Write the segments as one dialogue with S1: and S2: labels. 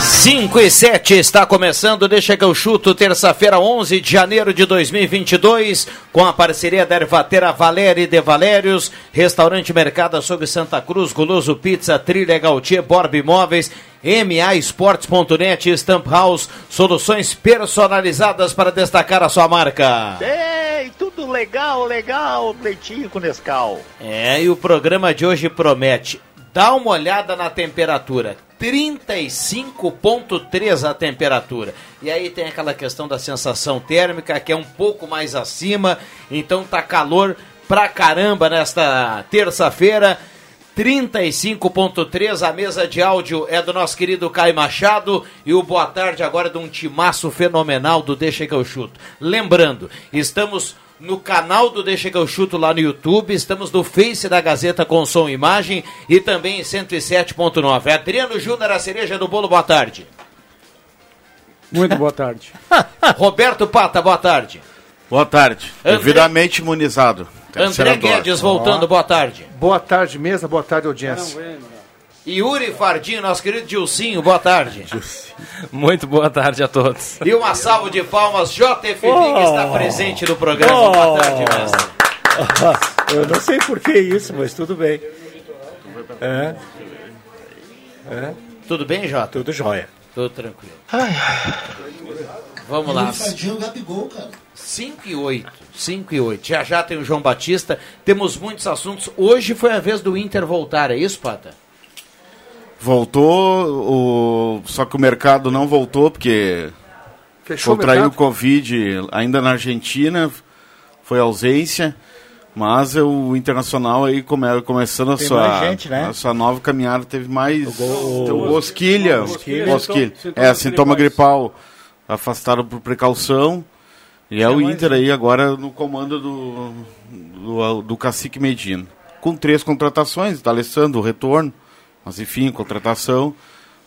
S1: Cinco e sete está começando, deixa que eu chuto, terça-feira, 11 de janeiro de 2022, com a parceria da Ervatera Valéria de Valérios, Restaurante Mercado sobre Santa Cruz, Guloso Pizza, Trilha Gautier, Borb Imóveis, MA Esportes.net, Stamp House, soluções personalizadas para destacar a sua marca.
S2: Ei, tudo legal, legal, leitinho com Nescau.
S1: É, e o programa de hoje promete. Dá uma olhada na temperatura. 35,3 a temperatura. E aí tem aquela questão da sensação térmica, que é um pouco mais acima. Então tá calor pra caramba nesta terça-feira. 35.3, a mesa de áudio é do nosso querido Caio Machado e o boa tarde agora é de um timaço fenomenal do Deixa que eu chuto. Lembrando, estamos no canal do Deixa que eu chuto lá no YouTube, estamos no Face da Gazeta com som e imagem e também em 107.9. Adriano Júnior, a cereja do bolo, boa tarde.
S3: Muito boa tarde.
S4: Ah.
S1: Roberto Pata, boa tarde.
S4: Boa tarde.
S1: André-
S4: Devidamente imunizado.
S1: André
S4: Terceira dose.
S1: Guedes voltando, boa tarde.
S3: boa tarde, mesa, boa tarde, audiência.
S1: Yuri Fardinho, nosso querido Dilcinho, boa tarde.
S5: Muito boa tarde a todos.
S1: E uma salva de palmas, JF Link está
S6: Oh.
S1: presente no programa. Boa tarde, mestre.
S6: Ah, Eu não sei por que isso, mas tudo bem. É,
S1: Tudo bem, Jota?
S6: tudo jóia.
S1: Tudo tranquilo. Vamos lá. 5 e 8. 5 e 8. Já já tem o João Batista. Temos muitos assuntos. Hoje foi a vez do Inter voltar, é isso, Pata?
S4: Voltou, o... só que o mercado não voltou, porque
S3: Fechou
S4: contraiu
S3: o
S4: o
S3: mercado?
S4: Covid ainda na Argentina, foi ausência. Mas o Internacional aí come- começando a
S6: Tem
S4: sua,
S6: mais gente, né?
S4: a sua nova caminhada, teve mais o Bosquilha.
S6: Bosquilha.
S4: Bosquilha.
S3: Sintoma-
S4: É, sintoma gripal. Afastaram por precaução. E é o Inter aí agora no comando do, do, do Cacique Medina. Com três contratações, da Alessandro, o retorno. Mas enfim, contratação.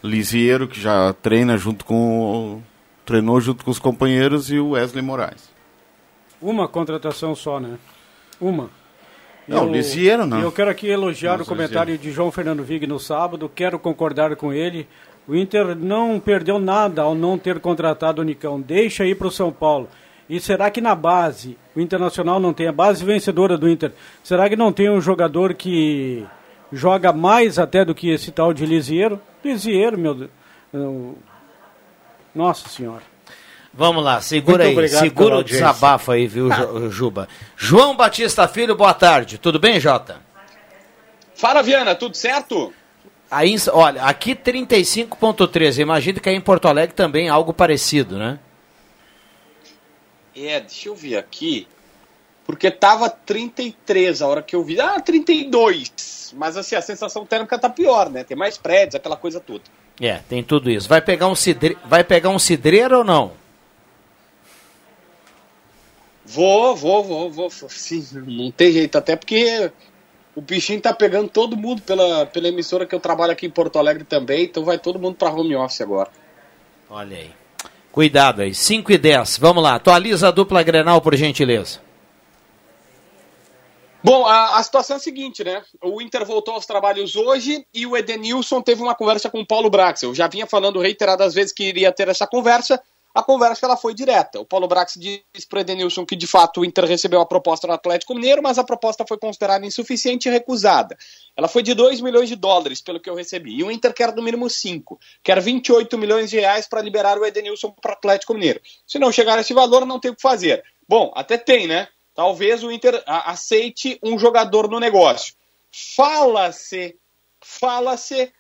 S4: Lisiero, que já treina junto com. o- treinou junto com os companheiros e o Wesley Moraes.
S7: Uma contratação só, né? Uma.
S4: Não,
S7: Eu-
S4: Lisiero não.
S7: Eu quero aqui elogiar
S4: Não,
S7: o comentário de João Fernando Vig no sábado, quero concordar com ele. O Inter não perdeu nada ao não ter contratado o Nicão. Deixa aí para o São Paulo. E será que na base, o Internacional não tem a base vencedora do Inter? Será que não tem um jogador que joga mais até do que esse tal de Lisiero? Lisiero, meu Deus. Eu- Nossa Senhora.
S1: Vamos lá, segura
S6: Muito
S1: aí.
S6: obrigado
S1: Segura
S6: pela
S1: o
S6: audiência. Ah.
S1: desabafo aí, viu, Ju- Juba? João Batista Filho, boa tarde. Tudo bem, Jota?
S8: Fala, Viana, tudo certo?
S1: Aí, em- olha, aqui 35.3. Imagino que aí em Porto Alegre também é algo parecido, né?
S8: É, deixa eu ver aqui. Porque tava 33 a hora que eu vi. Ah, 32. Mas assim, a sensação térmica tá pior, né? Tem mais prédios, aquela coisa toda.
S1: É, tem tudo isso. Vai pegar um, cidre... Vai pegar um cidreiro ou não?
S8: Vou, vou, vou, vou. Sim, não tem jeito. Até porque o bichinho tá pegando todo mundo pela, pela emissora que eu trabalho aqui em Porto Alegre também. Então vai todo mundo pra home office agora.
S1: Olha aí. Cuidado aí. 5 e 10. Vamos lá. Atualiza a dupla Grenal, por gentileza.
S8: Bom, a, a situação é a seguinte, né? O Inter voltou aos trabalhos hoje e o Edenilson teve uma conversa com o Paulo Braxel. Eu já vinha falando reiteradas vezes que iria ter essa conversa. A conversa ela foi direta. O Paulo Brax disse para o Edenilson que, de fato, o Inter recebeu a proposta do Atlético Mineiro, mas a proposta foi considerada insuficiente e recusada. Ela foi de 2 milhões de dólares, pelo que eu recebi. E o Inter quer no mínimo 5. Quer 28 milhões de reais para liberar o Edenilson para o Atlético Mineiro. Se não chegar a esse valor, não tem o que fazer. Bom, até tem, né? Talvez o Inter a- aceite um jogador no negócio. Fala-se, fala-se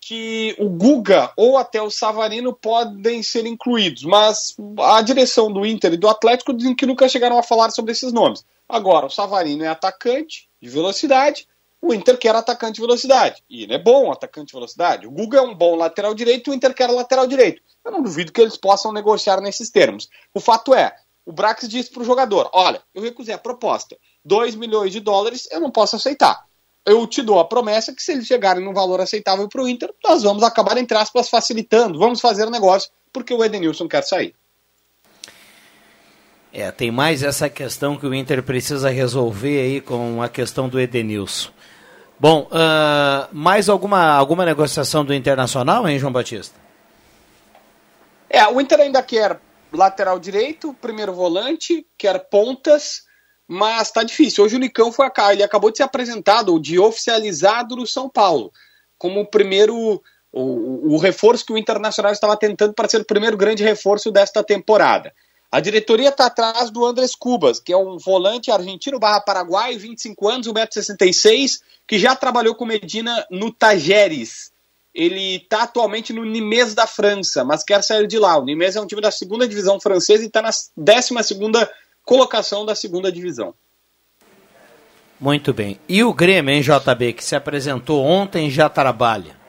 S8: que o Guga ou até o Savarino podem ser incluídos, mas a direção do Inter e do Atlético dizem que nunca chegaram a falar sobre esses nomes. Agora, o Savarino é atacante de velocidade, o Inter quer atacante de velocidade. E ele é bom atacante de velocidade. O Guga é um bom lateral direito, o Inter quer lateral direito. Eu não duvido que eles possam negociar nesses termos. O fato é, o Brax disse para o jogador: olha, eu recusei a proposta. 2 milhões de dólares eu não posso aceitar. Eu te dou a promessa que se eles chegarem num valor aceitável para o Inter, nós vamos acabar, entre aspas, facilitando, vamos fazer o negócio, porque o Edenilson quer sair.
S1: É, tem mais essa questão que o Inter precisa resolver aí com a questão do Edenilson. Bom, ah, mais alguma, alguma negociação do Internacional, hein, João Batista?
S8: É, o Inter ainda quer lateral direito, primeiro volante, quer pontas, mas tá difícil. Hoje o Nicão foi a cara, ele acabou de ser apresentado, de oficializado no São Paulo, como o primeiro, o, o reforço que o Internacional estava tentando para ser o primeiro grande reforço desta temporada. A diretoria está atrás do Andrés Cubas, que é um volante argentino barra paraguai, 25 anos, 1,66m, que já trabalhou com Medina no Tajeres. Ele está atualmente no Nimes da França, mas quer sair de lá. O Nimes é um time da segunda divisão francesa e está na 12ª colocação da segunda divisão.
S1: Muito bem. E o Grêmio, hein, JB, que se apresentou ontem já trabalha.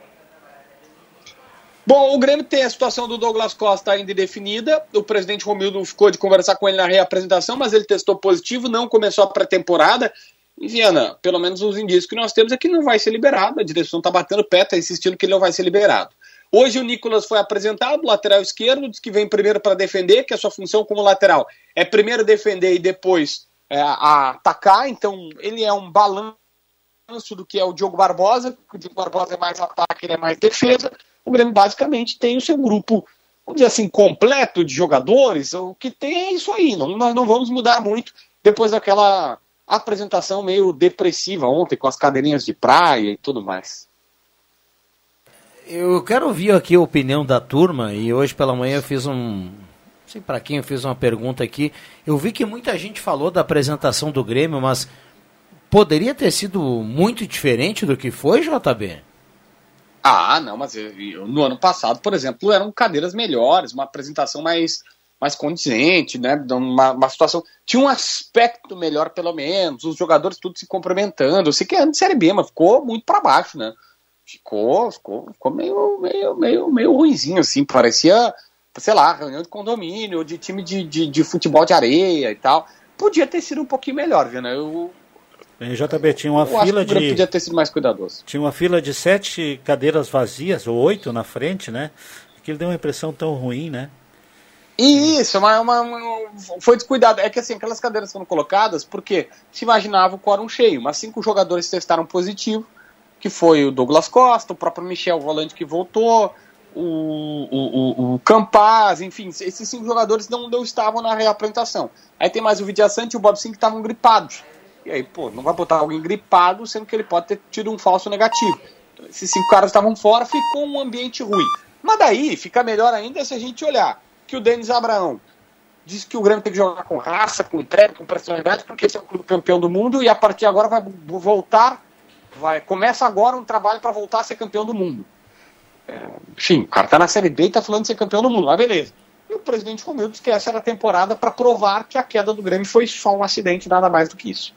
S8: Bom, o Grêmio tem a situação do Douglas Costa ainda indefinida. O presidente Romildo ficou de conversar com ele na reapresentação, mas ele testou positivo, não começou a pré-temporada. E, Viana, pelo menos os indícios que nós temos é que não vai ser liberado. A direção está batendo o pé, está insistindo que ele não vai ser liberado. Hoje o Nicolas foi apresentado, lateral esquerdo, diz que vem primeiro para defender, que a sua função como lateral é primeiro defender e depois é, atacar. Então, ele é um balanço do que é o Diogo Barbosa. O Diogo Barbosa é mais ataque, ele é mais defesa o Grêmio basicamente tem o seu grupo, vamos dizer assim, completo de jogadores. O que tem é isso aí. Não, nós não vamos mudar muito depois daquela apresentação meio depressiva ontem, com as cadeirinhas de praia e tudo mais.
S1: Eu quero ouvir aqui a opinião da turma e hoje pela manhã eu fiz um. Não sei para quem eu fiz uma pergunta aqui. Eu vi que muita gente falou da apresentação do Grêmio, mas poderia ter sido muito diferente do que foi, JB?
S8: Ah, não, mas eu, eu, no ano passado, por exemplo, eram cadeiras melhores, uma apresentação mais, mais condizente, né? Uma, uma situação. Tinha um aspecto melhor, pelo menos, os jogadores tudo se cumprimentando. Eu sei que é ano de Série B, mas ficou muito para baixo, né? Ficou, ficou, ficou meio, meio, meio, meio ruimzinho, assim. Parecia, sei lá, reunião de condomínio, de time de, de, de futebol de areia e tal. Podia ter sido um pouquinho melhor, viu, né? Eu,
S6: Bem, JB, tinha uma
S8: eu acho
S6: fila
S8: que o Grêmio
S6: de.
S8: podia ter sido mais cuidadoso.
S6: Tinha uma fila de sete cadeiras vazias, ou oito na frente, né? Aquilo deu uma impressão tão ruim, né?
S8: E isso, é uma, uma- uma- foi descuidado. É que assim, aquelas cadeiras foram colocadas porque se imaginava o quórum cheio, mas cinco jogadores testaram positivo, que foi o Douglas Costa, o próprio Michel Volante que voltou, o, o, o, o Campaz, enfim, esses cinco jogadores não, não estavam na reapresentação. Aí tem mais o Vidia Sante e o Bob Sim que estavam gripados. E aí, pô, não vai botar alguém gripado, sendo que ele pode ter tido um falso negativo. Então, esses cinco caras estavam fora, ficou um ambiente ruim. Mas daí fica melhor ainda se a gente olhar que o Denis Abraão disse que o Grêmio tem que jogar com raça, com entrega, com personalidade, porque esse é o clube campeão do mundo e a partir de agora vai bu- voltar, vai começa agora um trabalho para voltar a ser campeão do mundo. É, enfim, o cara tá na Série B e tá falando de ser campeão do mundo, lá beleza. E o presidente Romildo disse que essa era a temporada para provar que a queda do Grêmio foi só um acidente, nada mais do que isso.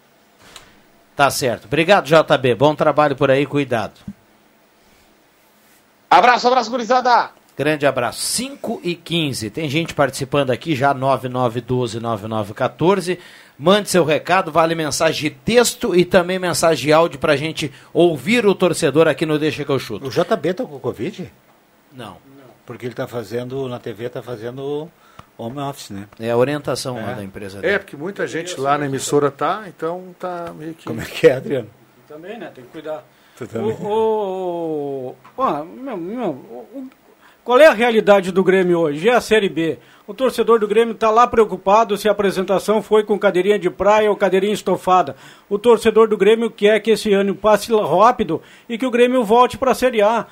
S1: Tá certo. Obrigado, JB. Bom trabalho por aí, cuidado.
S8: Abraço, abraço, gurizada!
S1: Grande abraço. 5 e 15. Tem gente participando aqui já, 9912-9914. Mande seu recado, vale mensagem de texto e também mensagem de áudio pra gente ouvir o torcedor aqui no Deixa que eu
S6: O
S1: chuto.
S6: JB tá com Covid?
S1: Não.
S6: Porque ele tá fazendo, na TV tá fazendo home office, né?
S1: É a orientação lá da empresa dele.
S3: É, porque muita gente lá na emissora tá, então tá meio que.
S6: Como é que é, Adriano?
S7: Também, né? Tem que cuidar.
S6: Tu
S7: O,
S6: também.
S7: o- ó, meu- meu, o- o- qual é a realidade do Grêmio hoje? É a Série B. O torcedor do Grêmio está lá preocupado se a apresentação foi com cadeirinha de praia ou cadeirinha estofada. O torcedor do Grêmio quer que esse ano passe rápido e que o Grêmio volte para a Série A.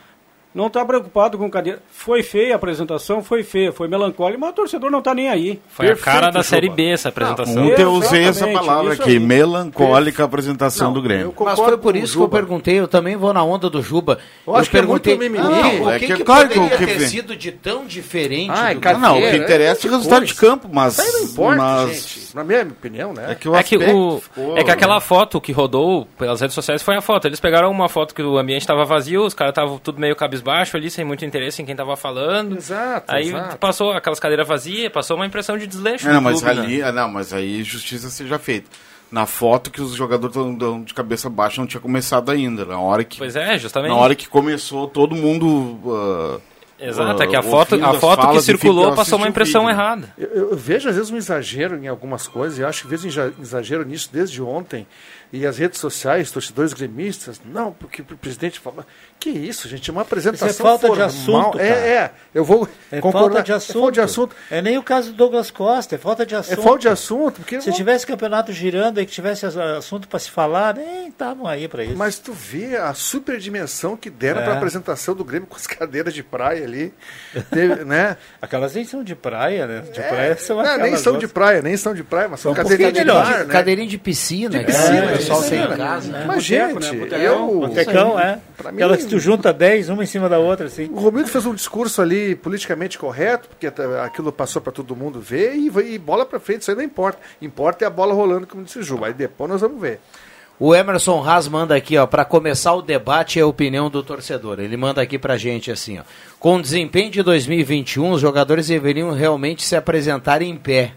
S7: não está preocupado com cadeira. Foi feia a apresentação, foi feia, foi melancólica, mas o torcedor não está nem aí.
S5: Foi a cara da Série B essa apresentação.
S4: Ontem eu Um, usei essa
S7: Exatamente,
S4: palavra
S7: isso
S4: aqui,
S7: aí.
S4: melancólica a apresentação do Grêmio.
S3: eu concordo
S1: Mas foi por
S3: com o
S1: isso que eu
S3: Juba.
S1: perguntei, eu também vou na onda do Juba.
S3: Eu acho que é
S1: perguntei,
S3: muito mimimi.
S1: "Ah, o
S4: É
S1: que,
S4: que é
S1: que
S4: claro que
S1: poderia
S4: o que
S1: ter
S4: vem-
S1: sido de tão diferente
S3: Ai,
S1: do
S3: cara,
S4: Não, o que
S3: É,
S4: interessa é o
S3: é
S4: resultado
S3: cores.
S4: de campo, mas.
S3: Isso aí não importa,
S4: mas-
S3: gente. Na minha opinião, né?
S4: É que o
S5: É que, o,
S4: aspecto ficou-
S5: é que aquela foto que rodou pelas redes sociais foi a foto. Eles pegaram uma foto que o ambiente estava vazio, os caras estavam tudo meio cabisbaixo ali, sem muito interesse em quem estava falando.
S3: Exato,
S5: Aí
S3: exato.
S5: passou aquelas cadeiras vazias, passou uma impressão de desleixo.
S4: É,
S5: no
S4: não, mas
S5: clube, né?
S4: ali, ah, não, mas aí justiça seja feita. Na foto que os jogadores estão de cabeça baixa não tinha começado ainda. Na hora que,
S5: Pois é, justamente.
S4: na hora que começou, todo mundo. ah,
S5: Exato, é que a
S4: ah,
S5: foto,
S4: ouvindo
S5: a
S4: as
S5: foto que
S4: falas e
S5: circulou
S4: ficou
S5: passou uma
S4: assistindo o
S5: impressão
S4: vídeo.
S5: errada.
S3: Eu, eu vejo às vezes um exagero em algumas coisas, eu acho que vejo um exagero nisso desde ontem. E as redes sociais, torcedores gremistas, não, porque o presidente fala. Que isso, gente? É uma apresentação.
S6: falta de
S3: formal.
S6: assunto, cara.
S3: É, é. Eu vou
S6: É
S3: concordar.
S6: falta de assunto.
S3: É falta de assunto.
S6: É nem o caso do Douglas Costa, é falta de assunto.
S3: É falta de assunto, porque.
S6: Se tivesse campeonato girando e que tivesse as- assunto para se falar, nem estavam aí para isso. É.
S3: Mas tu vê a superdimensão que deram para a apresentação do Grêmio com as cadeiras de praia ali. Teve, né?
S6: Aquelas nem são de praia, né? De praia são
S3: É, Não, nem
S6: aquelas
S3: são de
S6: outras.
S3: praia, nem são de praia, mas são
S6: São um
S3: cadeirinha de
S6: pouquinho melhor.
S3: bar, né?
S1: Cadeirinha de piscina, É, que
S3: piscina,
S1: o pessoal tem
S3: piscina.
S1: em casa. né?
S3: Mas, gente,
S7: né? Boteco.
S3: eu...
S6: Botecão, é.
S3: Pra mim,
S6: Aquelas que tu junta 10, uma em cima da outra, assim.
S3: O Romildo fez um discurso ali politicamente correto, porque tá- aquilo passou para todo mundo ver e, vai- e bola para frente, isso aí não importa. Importa é a bola rolando, como disse o Juba. Aí depois nós vamos ver.
S1: O Emerson Haas manda aqui, ó, para começar o debate é a opinião do torcedor. Ele manda aqui pra gente assim, ó. Com o desempenho de 2021, os jogadores deveriam realmente se apresentar em pé.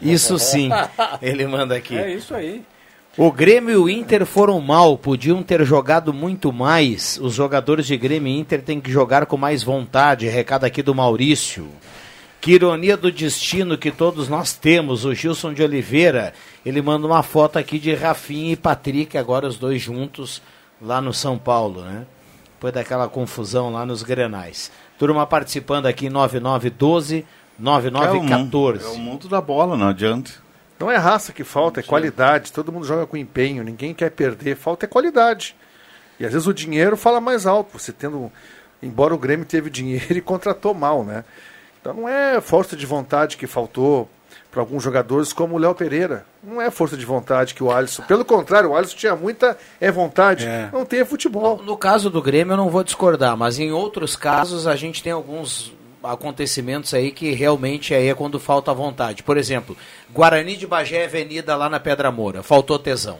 S1: Isso sim, ele manda aqui.
S7: É isso aí.
S1: O Grêmio e o Inter foram mal, podiam ter jogado muito mais. Os jogadores de Grêmio e Inter têm que jogar com mais vontade. Recado aqui do Maurício. Que ironia do destino que todos nós temos. O Gilson de Oliveira, ele manda uma foto aqui de Rafinha e Patrick, agora os dois juntos lá no São Paulo, né? Depois daquela confusão lá nos Grenais. Turma participando aqui em 9912,
S4: É o, mundo,
S1: 9914.
S4: é o mundo da bola, não adianta.
S3: Não é raça que falta, é qualidade. Todo mundo joga com empenho, ninguém quer perder. Falta é qualidade. E às vezes o dinheiro fala mais alto. Você tendo. um, Embora o Grêmio teve dinheiro e contratou mal, né? Então não é força de vontade que faltou para alguns jogadores, como o Léo Pereira. Não é força de vontade que o Alisson. Pelo contrário, o Alisson tinha muita é vontade. Não tem é futebol.
S1: No caso do Grêmio, eu não vou discordar, mas em outros casos a gente tem alguns acontecimentos aí que realmente aí é quando falta vontade. Por exemplo, Guarani de Bagé é Avenida lá na Pedra Moura, faltou tesão.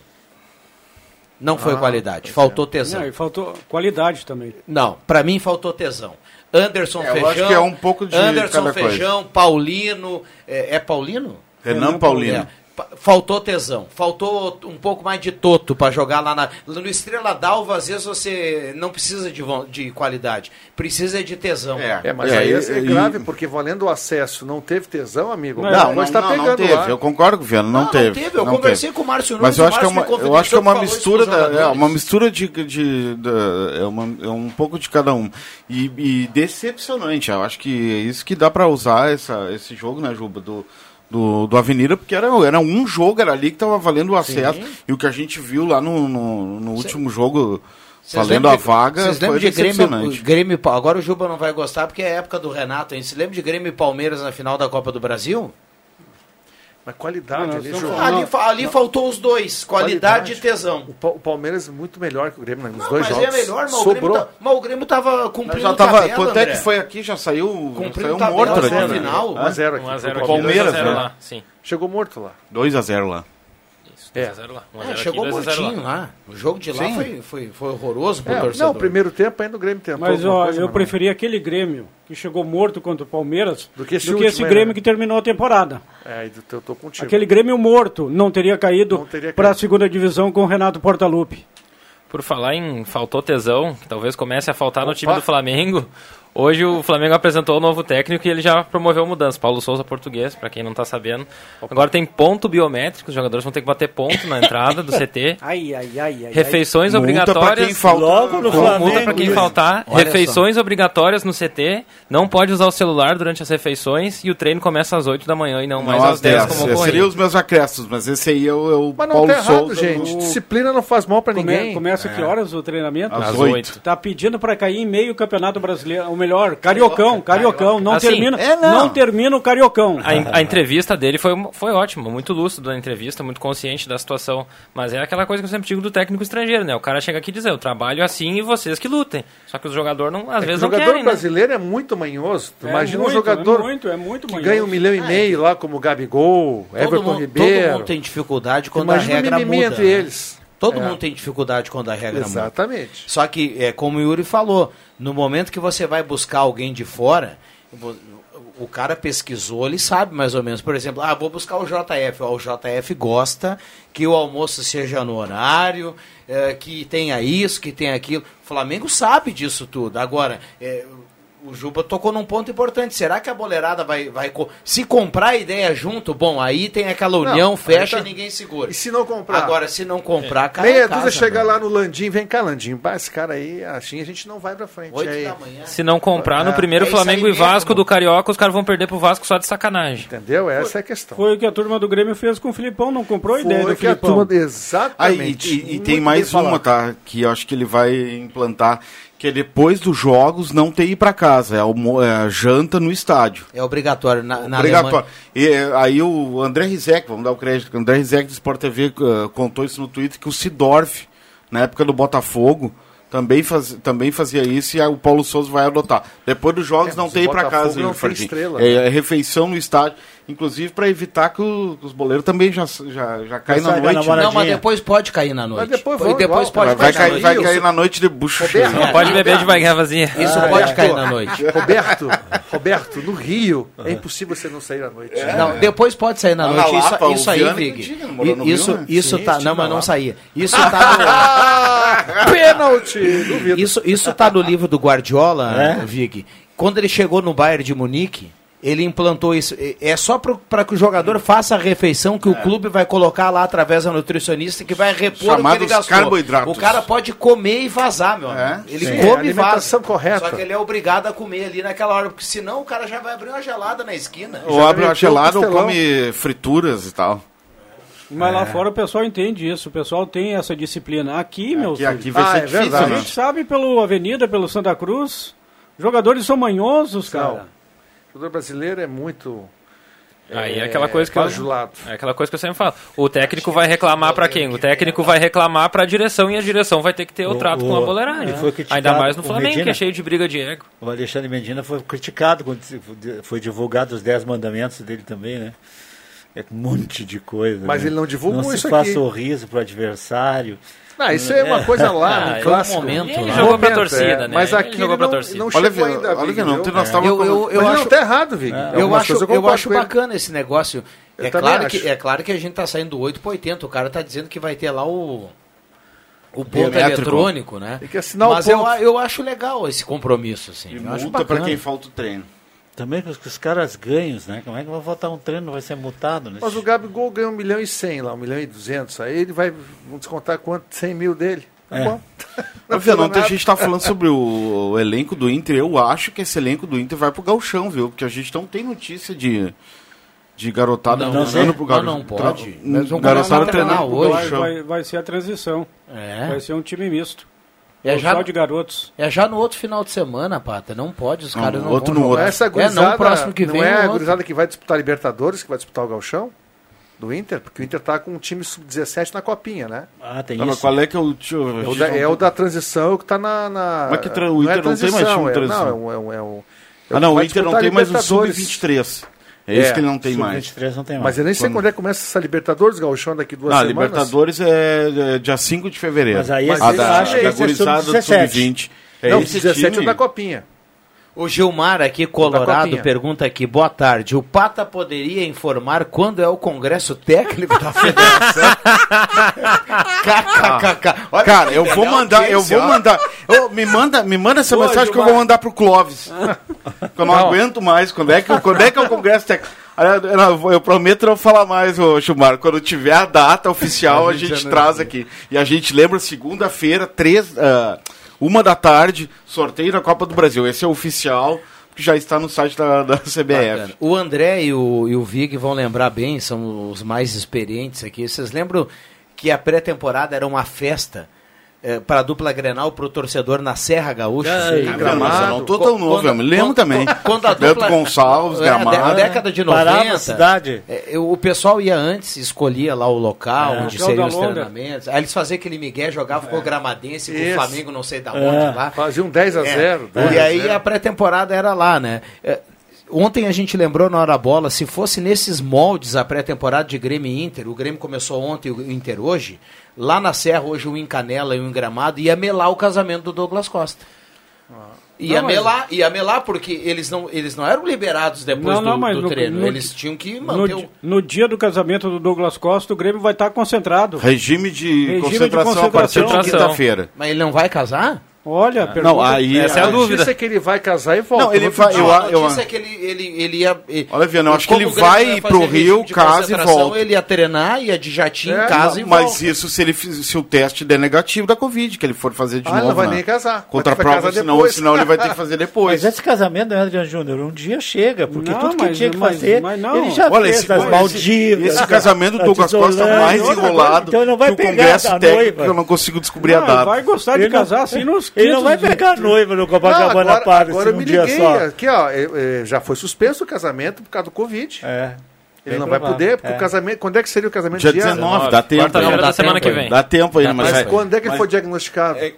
S1: Não
S4: Ah,
S1: foi qualidade,
S4: é.
S1: faltou tesão.
S7: Não, e faltou qualidade também.
S1: Não, pra mim faltou tesão. Anderson
S4: É, eu
S1: Feijão.
S4: acho que é um pouco de
S1: Anderson
S4: cada coisa.
S1: Feijão, Paulino, é, é Paulino?
S4: Renan Paulino.
S1: É. Pa- Faltou tesão, faltou um pouco mais de toto pra jogar lá na. No Estrela d'Alva, às vezes você não precisa de, von- de qualidade, precisa de tesão.
S3: É, mas aí é, grave, porque valendo o acesso não teve tesão, amigo.
S7: Não,
S4: Não,
S3: Mas
S4: não,
S3: está
S4: não,
S3: pegando
S4: não teve.
S3: lá.
S4: Eu concordo com o Viano, não,
S1: tá Não, não
S4: teve.
S1: teve. Eu conversei com o Márcio Nunes,
S4: Mas eu
S1: o
S4: acho que é
S1: Márcio
S4: uma,
S1: me
S4: eu acho
S1: confidenciou que
S4: que é uma
S1: falou isso
S4: mistura,
S1: com os
S4: da, é
S1: jogadores.
S4: uma mistura de, de- da- é, uma- é um pouco de cada um e, e decepcionante. Eu acho que é isso que dá pra usar essa, esse jogo, né, Juba, do do, do Avenida, porque era, era um jogo, era ali que tava valendo o acesso. E o que a gente viu lá no, no, no último jogo,
S1: Vocês
S4: valendo a
S1: lembram de-
S4: vaga,
S1: Vocês
S4: foi
S1: lembram de Grêmio,
S4: decepcionante.
S1: Grêmio. e Pal- Agora o Juba não vai gostar porque é a época do Renato, hein? Se lembra de Grêmio e Palmeiras na final da Copa do Brasil?
S3: Mas qualidade
S7: Não, não,
S3: ali,
S7: estamos
S3: João.
S7: falando-
S1: ali fa- ali faltou os dois: qualidade e tesão.
S3: O, Pa- o Palmeiras é muito melhor que o Grêmio nos
S1: Não, mas
S3: dois jogos.
S1: é melhor, mas, O
S3: Sobrou.
S1: Grêmio tá, mas o Grêmio tava
S4: Mas
S1: cumprindo
S4: já tava,
S1: tabela,
S4: quanto é
S1: André.
S4: que foi aqui? Já saiu,
S1: Cumprindo
S4: saiu
S1: tabela
S4: morto
S1: até a
S4: aqui, né?
S1: é final.
S3: 1x0 aqui.
S5: 1x0
S3: pro
S5: aqui,
S4: Palmeiras,
S5: 2 Um a 0
S4: né?
S5: lá. Sim.
S3: Chegou morto lá.
S4: 2 a 0 lá.
S5: Isso,
S3: É.
S5: 2 a 0 lá. 1 a 0
S1: É,
S5: aqui,
S1: chegou
S5: 2 a 0
S1: mortinho lá. O jogo de lá
S4: Sim.
S1: foi, foi, foi horroroso pro
S3: É,
S1: torcedor.
S3: não, o primeiro tempo ainda o Grêmio tentou.
S7: Mas
S3: alguma
S7: ó,
S3: coisa,
S7: eu
S3: não.
S7: preferia aquele Grêmio que chegou morto contra o Palmeiras
S3: Do que esse último,
S7: Grêmio
S3: né?
S7: que terminou a temporada.
S3: É, eu tô- eu tô contigo.
S7: Aquele Grêmio morto não teria
S3: Não
S7: caído
S3: teria
S7: para a
S3: caído.
S7: segunda divisão com o Renato Portaluppi.
S5: Por falar em faltou tesão, que talvez comece a faltar no time do Flamengo, Hoje o Flamengo apresentou o novo técnico e ele já promoveu mudança. Paulo Souza, português, para quem não tá sabendo. Agora tem ponto biométrico, os jogadores vão ter que bater ponto na entrada do CT.
S7: Ai, ai, ai, ai.
S5: Refeições
S4: Multa pra quem
S5: obrigatórias.
S4: falta.
S6: Logo no
S5: Com multa
S6: Flamengo.
S5: para quem
S6: Luiz.
S5: faltar.
S1: Olha
S5: refeições obrigatórias no CT. Não pode usar o celular durante as refeições. E o treino começa às 8 da manhã e não mais
S4: Não,
S5: às 10,
S4: dez.
S5: como ocorreu.
S4: Seria os meus acréscimos, mas esse aí é o, é o
S3: Mas não
S4: Paulo
S3: tá errado,
S4: Souza.
S3: gente.
S4: o-
S3: Disciplina não faz mal pra
S7: Come-
S3: ninguém.
S7: começa que horas o treinamento?
S4: Às
S5: Às
S4: oito.
S5: oito.
S7: Tá pedindo para cair em meio o Campeonato Brasileiro, ou melhor, Cariocão, Cariocão, não
S5: Assim,
S7: termina,
S4: é, não.
S7: não. termina o Cariocão.
S5: A, en- a entrevista dele foi, uma- foi ótima, muito lúcido a entrevista, muito consciente da situação. Mas é aquela coisa que eu sempre digo do técnico estrangeiro, né? O cara chega aqui e diz, eu trabalho assim e vocês que lutem. Só que o jogador não, às
S3: É que o
S5: vezes não
S3: jogador
S5: querem, né?
S3: brasileiro é muito manhoso. Tu
S7: É
S3: imagina
S7: muito,
S3: um jogador
S7: é muito, é muito
S3: que
S7: manhoso.
S3: ganha um milhão e meio lá, como o Gabigol,
S1: todo,
S3: Everton
S1: mundo, todo
S3: Ribeiro.
S1: mundo tem dificuldade quando a
S3: Imagina o
S1: regra
S3: mimimi
S1: muda.
S3: entre
S1: né?
S3: eles.
S1: Todo
S3: É.
S1: mundo tem dificuldade quando a regra muda.
S3: Exatamente.
S1: Só que, é, como o Yuri falou, no momento que você vai buscar alguém de fora, vo- o cara pesquisou, ele sabe mais ou menos. Por exemplo, ah, vou buscar o JF. Ó, O JF gosta que o almoço seja no horário, é, que tenha isso, que tenha aquilo. O Flamengo sabe disso tudo. Agora, é, o Juba tocou num ponto importante. Será que a boleirada vai, vai co- se comprar a ideia junto? Bom, aí tem aquela união,
S3: aí
S1: fecha
S3: tá-
S1: e ninguém segura.
S3: E se não comprar? É.
S1: Agora, se não comprar, cara. é
S3: Meia dúzia chegar lá no Landim, vem cá, Landim. Bah, esse cara aí, assim a gente não vai pra frente.
S1: Oito
S3: aí.
S1: da manhã.
S5: Se não comprar no
S3: É,
S5: primeiro
S1: é isso aí
S5: Flamengo e
S1: mesmo.
S5: Vasco do Carioca, os caras vão perder pro Vasco só de sacanagem.
S3: Entendeu? Essa é a questão.
S7: Foi o que a turma do Grêmio fez com o Filipão, não comprou a ideia do
S3: que a
S7: Filipão.
S3: turma...
S4: Ah, e-
S3: Exatamente.
S4: e, e
S3: Muito
S4: tem
S3: bem
S4: mais uma,
S3: falado.
S4: tá? Que eu acho que ele vai implantar, que é depois dos jogos não ter ir pra casa, é, almo- é janta no estádio.
S1: É obrigatório. Na, na
S4: Obrigatório. E, é, aí o André Rizek, vamos dar o crédito, que o André Rizek do Sport TV eh, contou isso no Twitter, que o Sidorf, na época do Botafogo, também, faz, também fazia isso e aí o Paulo Souza vai adotar. Depois dos jogos
S3: É,
S4: não
S3: mas
S4: tem
S3: o
S4: ir pra
S3: Botafogo
S4: casa.
S3: não
S4: hein,
S3: tem
S4: Fardinho.
S3: estrela, né?
S4: É, é refeição no estádio, inclusive para evitar que o- os boleiros também já, já, já caem na
S6: Sai da
S4: noite. né?
S6: namorada.
S1: Não, mas
S6: Paradinha.
S1: depois pode cair na noite.
S3: Mas depois
S1: E
S3: vão
S1: depois
S3: igual,
S1: pode
S3: cara.
S4: Vai
S1: cair na
S4: cair,
S3: cair,
S4: vai
S1: noite.
S4: cair na noite de bucho cheio.
S3: Roberto.
S5: Não pode beber de barriga vazia.
S1: Isso
S3: Ah,
S1: pode
S3: é,
S1: cair
S3: pô.
S1: na noite.
S3: Roberto, Roberto, no Rio, é impossível você não sair à noite.
S4: É?
S3: né?
S1: Não, depois pode sair na
S4: Lá na
S1: noite. Isso-
S4: Lapa,
S1: isso,
S4: o
S1: aí,
S4: Viana que
S1: Vig.
S4: diga, morou no
S1: Isso,
S4: Rio, né?
S1: isso
S4: Sim,
S1: tá.
S4: estive
S1: Não, mas
S4: lá.
S1: não saía. Isso
S4: Ah!
S1: tá
S3: Ah, Pênalti! Duvido.
S1: no, isso, isso tá no livro do Guardiola,
S4: É?
S1: Vig. Quando ele chegou no Bayern de Munique, ele implantou isso. E- É só para que o jogador faça a refeição
S4: É.
S1: que o clube vai colocar lá através da nutricionista que vai repor o que ele
S4: Chamados
S1: gastou.
S4: carboidratos. É?
S1: O cara pode comer e vazar, meu amigo. Ele
S3: Sim.
S1: come e vaza.
S3: Alimentação correta.
S1: Só que ele é obrigado a comer ali naquela hora, porque senão o cara já vai abrir uma gelada na esquina.
S4: Ou
S3: Já
S4: abre uma
S3: meteu
S4: gelada ou
S3: pastelão.
S4: come frituras e tal.
S7: Mas lá fora o pessoal entende isso, o pessoal tem essa disciplina. Aqui, meus
S4: Que
S7: filhos,
S4: aqui vai
S3: Ah,
S4: ser
S3: é
S4: difícil,
S7: a
S3: verdade.
S4: né?
S7: gente sabe pelo Avenida, pelo Santa Cruz, jogadores são manhosos, cara.
S3: Não. O jogador brasileiro é muito
S5: Aí é aquela coisa que eu,
S3: bajulado.
S5: é aquela coisa que eu sempre falo. O técnico vai reclamar pra quem? O técnico vai reclamar pra direção e a direção vai ter que ter o
S6: O-
S5: trato
S6: o-
S5: com a boleiragem.
S6: ele foi criticado
S5: Ainda mais no
S6: por
S5: Flamengo, que é
S6: Medina.
S5: cheio de briga de ego.
S6: O Alexandre Medina foi criticado quando se- foi divulgado os 10 mandamentos dele também, né? É um monte de coisa.
S3: Mas
S6: né?
S3: ele não divulgou
S6: não
S3: isso
S6: se faz
S3: aqui.
S6: sorriso pro adversário.
S3: Ah, isso é uma coisa lá,
S1: Ah,
S3: um
S1: é
S3: clássico.
S1: um momento,
S5: Ele
S1: né?
S5: jogou pra
S3: Momento,
S5: torcida,
S3: é.
S5: né?
S3: Mas
S5: Ele
S3: aqui ele
S5: jogou pra
S3: não,
S5: torcida. É.
S3: não
S4: Olha,
S3: chegou
S4: Vig,
S3: ainda.
S4: olha
S3: Vig,
S4: que não,
S3: entendeu?
S4: nós tava
S1: Eu-
S4: com-
S1: eu-
S3: Mas ele não
S1: acho-
S3: tá errado, Vig.
S1: Eu
S3: Algumas
S1: acho,
S3: coisas
S1: eu
S3: concordo
S1: acho
S3: com ele.
S1: bacana esse negócio.
S3: Eu
S1: é,
S3: também
S1: claro
S3: acho.
S1: que, é claro que a gente está saindo do 8 para 80. O cara está dizendo que vai ter lá o, o ponto
S4: Biométrico.
S1: eletrônico, né?
S3: Tem que assinar o
S1: Mas eu,
S3: ponto.
S1: a- eu acho legal esse compromisso, assim.
S4: E
S1: eu acho
S4: multa pra
S1: bacana.
S4: quem falta o treino.
S6: Também que os, que os caras ganham, né? Como é que vai votar um treino? Vai ser multado, né?
S3: Mas o Gabigol ganha 1 milhão e 100 lá, 1 milhão e 200. Aí ele vai vão descontar quanto? 100 mil dele. Tá
S6: É.
S3: bom.
S4: Não,
S3: precisa
S4: não, a
S3: nada.
S4: gente tá falando sobre o, o elenco do Inter. Eu acho que esse elenco do Inter vai pro Galchão, viu? Porque a gente não tem notícia de, de garotada
S1: Não,
S6: não
S4: treinando
S6: sei.
S4: pro Galo-
S1: Não, não pode.
S4: Tra-
S1: Nós vamos
S4: Garotada
S1: começar a treinar
S4: treinando pro
S1: hoje.
S7: Vai,
S4: Galchão.
S7: vai, vai ser a transição, vai
S1: É,
S7: ser um time misto.
S1: é,
S7: Ou
S1: já,
S7: Só de garotos.
S1: é já no outro final de semana, Pata. Não pode, os
S4: Não,
S1: caras não vão
S4: outro no
S1: jogar.
S4: outro.
S3: Essa
S1: É,
S3: gurizada,
S1: não, o próximo que vem.
S3: não é
S1: o
S3: a
S1: outro.
S3: gurizada que vai disputar Libertadores, que vai disputar o Galchão do Inter, porque o Inter tá com um time sub-17 na copinha, né?
S6: Ah, tem
S4: Tá, mas
S6: isso.
S4: qual é que é o tio?
S3: É o da, é o da transição que tá na. na
S4: Mas que tra- o Inter não tem mais time de
S3: é,
S4: transição.
S3: Não, é um. É um, é um é
S4: Ah, não, o
S3: vai
S4: Inter não
S3: disputar
S4: tem mais o
S3: Libertadores.
S4: Sub-23. É isso
S3: É,
S4: que ele não tem mais.
S6: Sub-23 não tem mais.
S3: Mas eu nem sei
S4: Quando-
S3: quando é que começa essa Libertadores, Galchão, daqui duas
S4: Ah,
S3: semanas.
S4: Libertadores é, é dia 5 de fevereiro.
S6: Mas aí
S4: a
S6: esse-
S4: da,
S6: acho que
S4: da
S6: esse é
S4: gurizada do
S6: sub-17.
S4: sub-20. É
S3: Não,
S4: esse
S3: 17
S4: time.
S3: é da Copinha.
S1: O Gilmar aqui, Colorado,
S3: copinha.
S1: pergunta aqui, boa tarde. O Pata poderia informar quando é o Congresso Técnico da Federação? KKKK. Olha
S4: Cara,
S1: que
S4: eu
S1: legal
S6: Ah.
S4: vou mandar,
S1: que
S4: eu
S1: esse,
S4: vou
S1: ó.
S4: mandar, Ô, me, manda, me manda essa
S7: Ô,
S4: mensagem que eu
S7: Gilmar.
S4: vou mandar pro Clóvis. Porque eu não, aguento mais. Quando é que, quando é, que é o Congresso Tec- Ah, não, eu vou- Eu prometo não falar mais, ô Gilmar. Quando tiver a data oficial, a gente, traz aqui. E a gente lembra segunda-feira, três, ah, uma da tarde, sorteio da Copa do Brasil. Esse é o oficial, que já está no site da, da CBF.
S1: Bacana. É, O André e o, e o Vig vão lembrar bem, são os mais experientes aqui. Vocês lembram que a pré-temporada era uma festa para a dupla Grenal para o torcedor na Serra Gaúcha?
S4: Ah, mas eu não tô tão novo, eu me lembro
S1: quando-
S4: também.
S1: Quando a
S4: Beto
S1: dupla,
S4: Gonçalves,
S1: é,
S4: Gramado.
S1: Na década de
S6: Parava a
S1: 90,
S6: cidade.
S1: é, eu- o pessoal ia antes, escolhia lá o local onde
S7: Jogo
S1: seriam
S7: da
S1: os
S7: É. longa. É.
S1: treinamentos. Aí eles faziam aquele migué, jogavam com o Gramadense, com o
S3: Isso.
S1: Flamengo, não sei da onde lá.
S3: Fazia um 10 a
S1: É.
S3: 0
S1: E aí
S7: né?
S3: 10 a 0.
S1: a pré-temporada era lá, né? É, Ontem a gente lembrou na hora bola, se fosse nesses moldes a pré-temporada de Grêmio e Inter, o Grêmio começou ontem e o Inter hoje, lá na Serra hoje um em Canela e um em Gramado, ia melar o casamento do Douglas Costa. Ia
S7: Ah. Não, mas-
S1: melar, ia melar porque eles não, eles não eram liberados depois
S7: Não, não,
S1: do,
S7: mas
S1: do
S7: no-
S1: treino,
S7: no-
S1: eles tinham que
S7: No,
S1: manter
S7: di-
S1: o...
S7: no dia do casamento do Douglas Costa, o Grêmio vai estar concentrado.
S4: Regime de
S7: de
S4: concentração, a partir de
S7: concentração.
S4: quinta-feira.
S1: Mas ele não vai casar?
S7: Olha, pergunta.
S4: Não, aí...
S5: Essa é a
S3: A notícia
S5: dúvida.
S3: é que ele vai casar e volta.
S4: Não, ele
S3: No outro
S4: fa-
S3: dia-
S4: eu
S1: a
S4: a- eu
S1: notícia
S4: a-
S1: é que ele, ele, ele ia. e-
S4: Olha, Viana, eu acho
S1: como
S4: que ele
S1: o Grêmio
S4: vai
S1: ia fazer
S4: pro
S1: regime
S4: Rio,
S1: de
S4: casa e
S1: concentração,
S4: volta.
S1: Ele ia treinar, ia de jatinho
S3: É,
S1: em casa e
S4: mas
S1: volta.
S4: isso se ele fiz- se o teste der negativo da Covid, que ele for fazer de
S3: Ah,
S4: novo.
S3: não vai
S4: né?
S3: nem casar.
S4: Contra a
S3: Vai
S4: prova,
S3: casar
S4: senão,
S3: depois.
S4: senão ele vai ter que fazer depois.
S6: Mas esse casamento do Adriano Júnior, um dia chega, porque
S7: Não,
S6: tudo que
S7: mas-
S6: ele tinha que
S7: mas-
S6: fazer,
S7: mas não.
S6: ele já
S4: Olha,
S6: fez
S4: esse-
S6: das
S4: esse-
S6: Maldivas.
S4: esse casamento do Douglas Costa é mais
S6: Isolândia, outra
S4: enrolado
S6: coisa. Então não vai
S4: que o
S6: pegar
S4: Congresso
S6: a
S4: Técnico,
S6: noiva.
S4: eu não consigo descobrir a
S7: Ah,
S4: data.
S7: vai gostar de
S6: Ele não-
S7: casar assim nos 500
S6: Ele não vai pegar a noiva no Copacabana
S3: agora,
S6: Palace
S3: agora eu
S6: num
S3: me
S6: dia
S3: liguei.
S6: só.
S3: Aqui, ó, é, é, já foi suspenso o casamento por causa do Covid.
S6: É.
S3: ele
S6: bem
S3: não vai
S6: provável,
S3: poder, porque
S6: é.
S3: o casamento. Quando é que seria o casamento?
S4: Dia 19, dá tempo.
S5: Quarta-feira
S1: Não,
S4: ainda.
S1: dá
S5: da semana
S1: tempo
S5: que vem.
S4: Dá tempo ainda, mas,
S3: Mas
S4: é-
S3: quando é que ele
S4: mas-
S3: foi diagnosticado?
S4: é-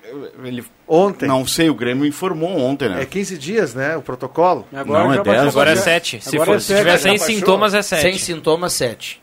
S4: ele-
S3: Ontem.
S4: não sei, o Grêmio informou ontem, né?
S3: É 15 dias, né? O protocolo.
S7: Agora
S4: Não,
S7: já
S4: é dez,
S7: baixou.
S5: Agora é
S4: Já-
S5: 7. Se,
S7: agora
S5: for,
S7: é
S5: se
S7: sete,
S5: tiver
S7: já
S5: sem
S3: baixou.
S5: sintomas, é 7.
S1: Sem sintoma, 7.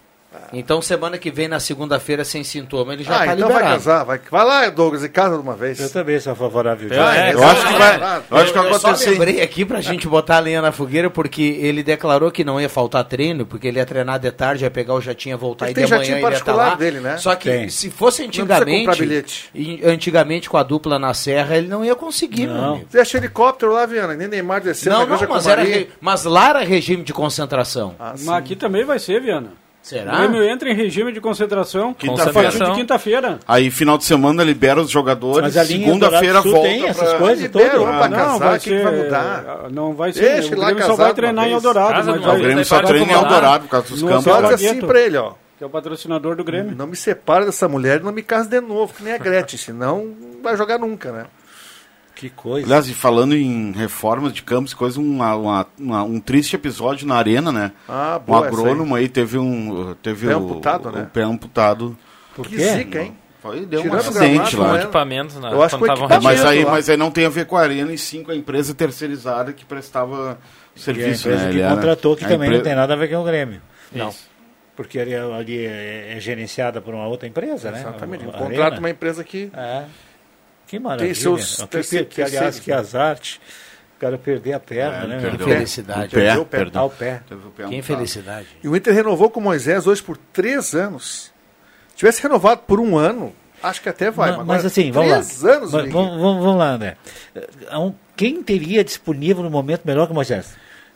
S1: Então, semana que vem, na segunda-feira, sem sintoma, ele já
S3: ah,
S1: está
S3: então vai
S1: liberado.
S3: casar. Vai, vai lá, Douglas, e casa de uma vez.
S6: Eu também sou favorável disso.
S5: É,
S4: Eu acho que vai. Eu acho que
S1: Eu só
S4: aconteceu.
S1: lembrei aqui pra gente botar a lenha na fogueira, porque ele declarou que não ia faltar treino, porque ele ia treinar de tarde, ia pegar o jatinho, ia voltar
S3: Ele
S1: e de
S3: tem
S1: manhã
S3: jatinho
S1: ele ia estar
S3: particular
S1: lá.
S3: dele, né?
S1: Só que
S6: Tem.
S1: se fosse
S3: comprar
S1: antigamente,
S3: bilhete.
S1: e- antigamente com a dupla na serra, ele não ia conseguir, meu amigo.
S3: Você acha helicóptero lá, Viana? Nem Neymar desceu
S1: Não,
S3: na
S1: não,
S3: Granja
S1: mas, era
S3: Comari.
S1: re- mas lá era regime de concentração.
S3: Ah,
S7: Mas aqui também vai ser, Viana. O
S1: Será?
S7: Grêmio entra em regime de concentração
S4: Quinta-feira.
S7: a partir de quinta-feira.
S4: Aí, final de semana, libera os jogadores.
S6: Mas a linha
S4: Segunda-feira
S6: do Dourado Sul
S4: volta.
S6: tem essas
S4: pra-
S6: coisas
S3: Libera,
S6: todas?
S3: vamos pra
S7: Ah, Não,
S3: casar,
S7: vai
S3: o que que vai
S7: ser- ah,
S3: mudar?
S7: Não vai ser.
S3: Deixa
S7: o
S3: lá
S7: Grêmio só
S3: casado
S7: vai
S3: uma
S7: treinar em
S3: vez.
S7: Eldorado.
S5: Casa do
S7: mas
S4: Não,
S7: vai-
S4: o Grêmio
S5: Vai
S4: só treina em
S5: acomodar.
S4: Eldorado por causa dos
S7: Não,
S4: campos. né?
S3: Só
S7: Não,
S3: diz
S7: Barreto.
S3: assim pra ele, ó.
S7: Que é o patrocinador do Grêmio.
S3: Não me separa dessa mulher e não me case de novo, que nem a Gretchen, senão não vai jogar nunca, né?
S6: Que coisa.
S4: Aliás, e falando em reformas de campos, e coisa, uma- uma- uma- um triste episódio na arena, né?
S3: Ah,
S4: um
S3: boa essa
S4: agrônomo aí teve um. Teve
S3: Pé
S4: o,
S3: amputado,
S4: o
S3: né?
S4: pé amputado.
S6: Por
S3: que
S6: quê?
S3: zica, hein?
S4: Foi, deu um
S3: Tirando o
S4: acidente
S3: gramado,
S4: lá.
S3: né?
S5: Equipamento, né?
S3: Eu acho
S5: Quando
S3: que o
S5: tavam
S4: É, mas,
S3: equipamento
S4: aí,
S3: lá.
S4: mas aí não tem a ver com a Arena e sim com a empresa terceirizada que prestava o serviço.
S6: que a
S4: né?
S6: empresa
S4: Ele
S6: que
S4: era-
S6: é contratou, que
S4: a
S6: também
S4: empre-
S6: não tem nada a ver com o Grêmio.
S5: Não.
S6: Porque ali, ali é, é gerenciada por uma outra empresa, né?
S3: Exatamente.
S6: A- a
S3: Contrata
S6: Arena.
S3: uma empresa que.
S6: É. Que maravilha.
S3: Tem seus-
S6: que,
S3: tem
S6: que, que,
S3: seus-
S6: aliás, que azar. te- O cara perder a perna,
S4: É,
S6: né?
S4: perdeu.
S6: meu?
S1: Felicidade.
S4: O pé,
S3: Perdeu Ah. o pé.
S4: É, perdão.
S6: Ao pé.
S4: Teve o pé
S1: Que
S4: amputado.
S1: infelicidade.
S3: E o Inter renovou com o Moisés hoje por três anos. Se tivesse renovado por um ano, acho que até vai.
S6: Ma- mas, assim, vamos lá.
S3: três anos,
S6: Mas
S3: Miguel.
S6: vamos, vamos- vamos lá, André. Eh, um- Quem teria disponível no momento melhor que o Moisés?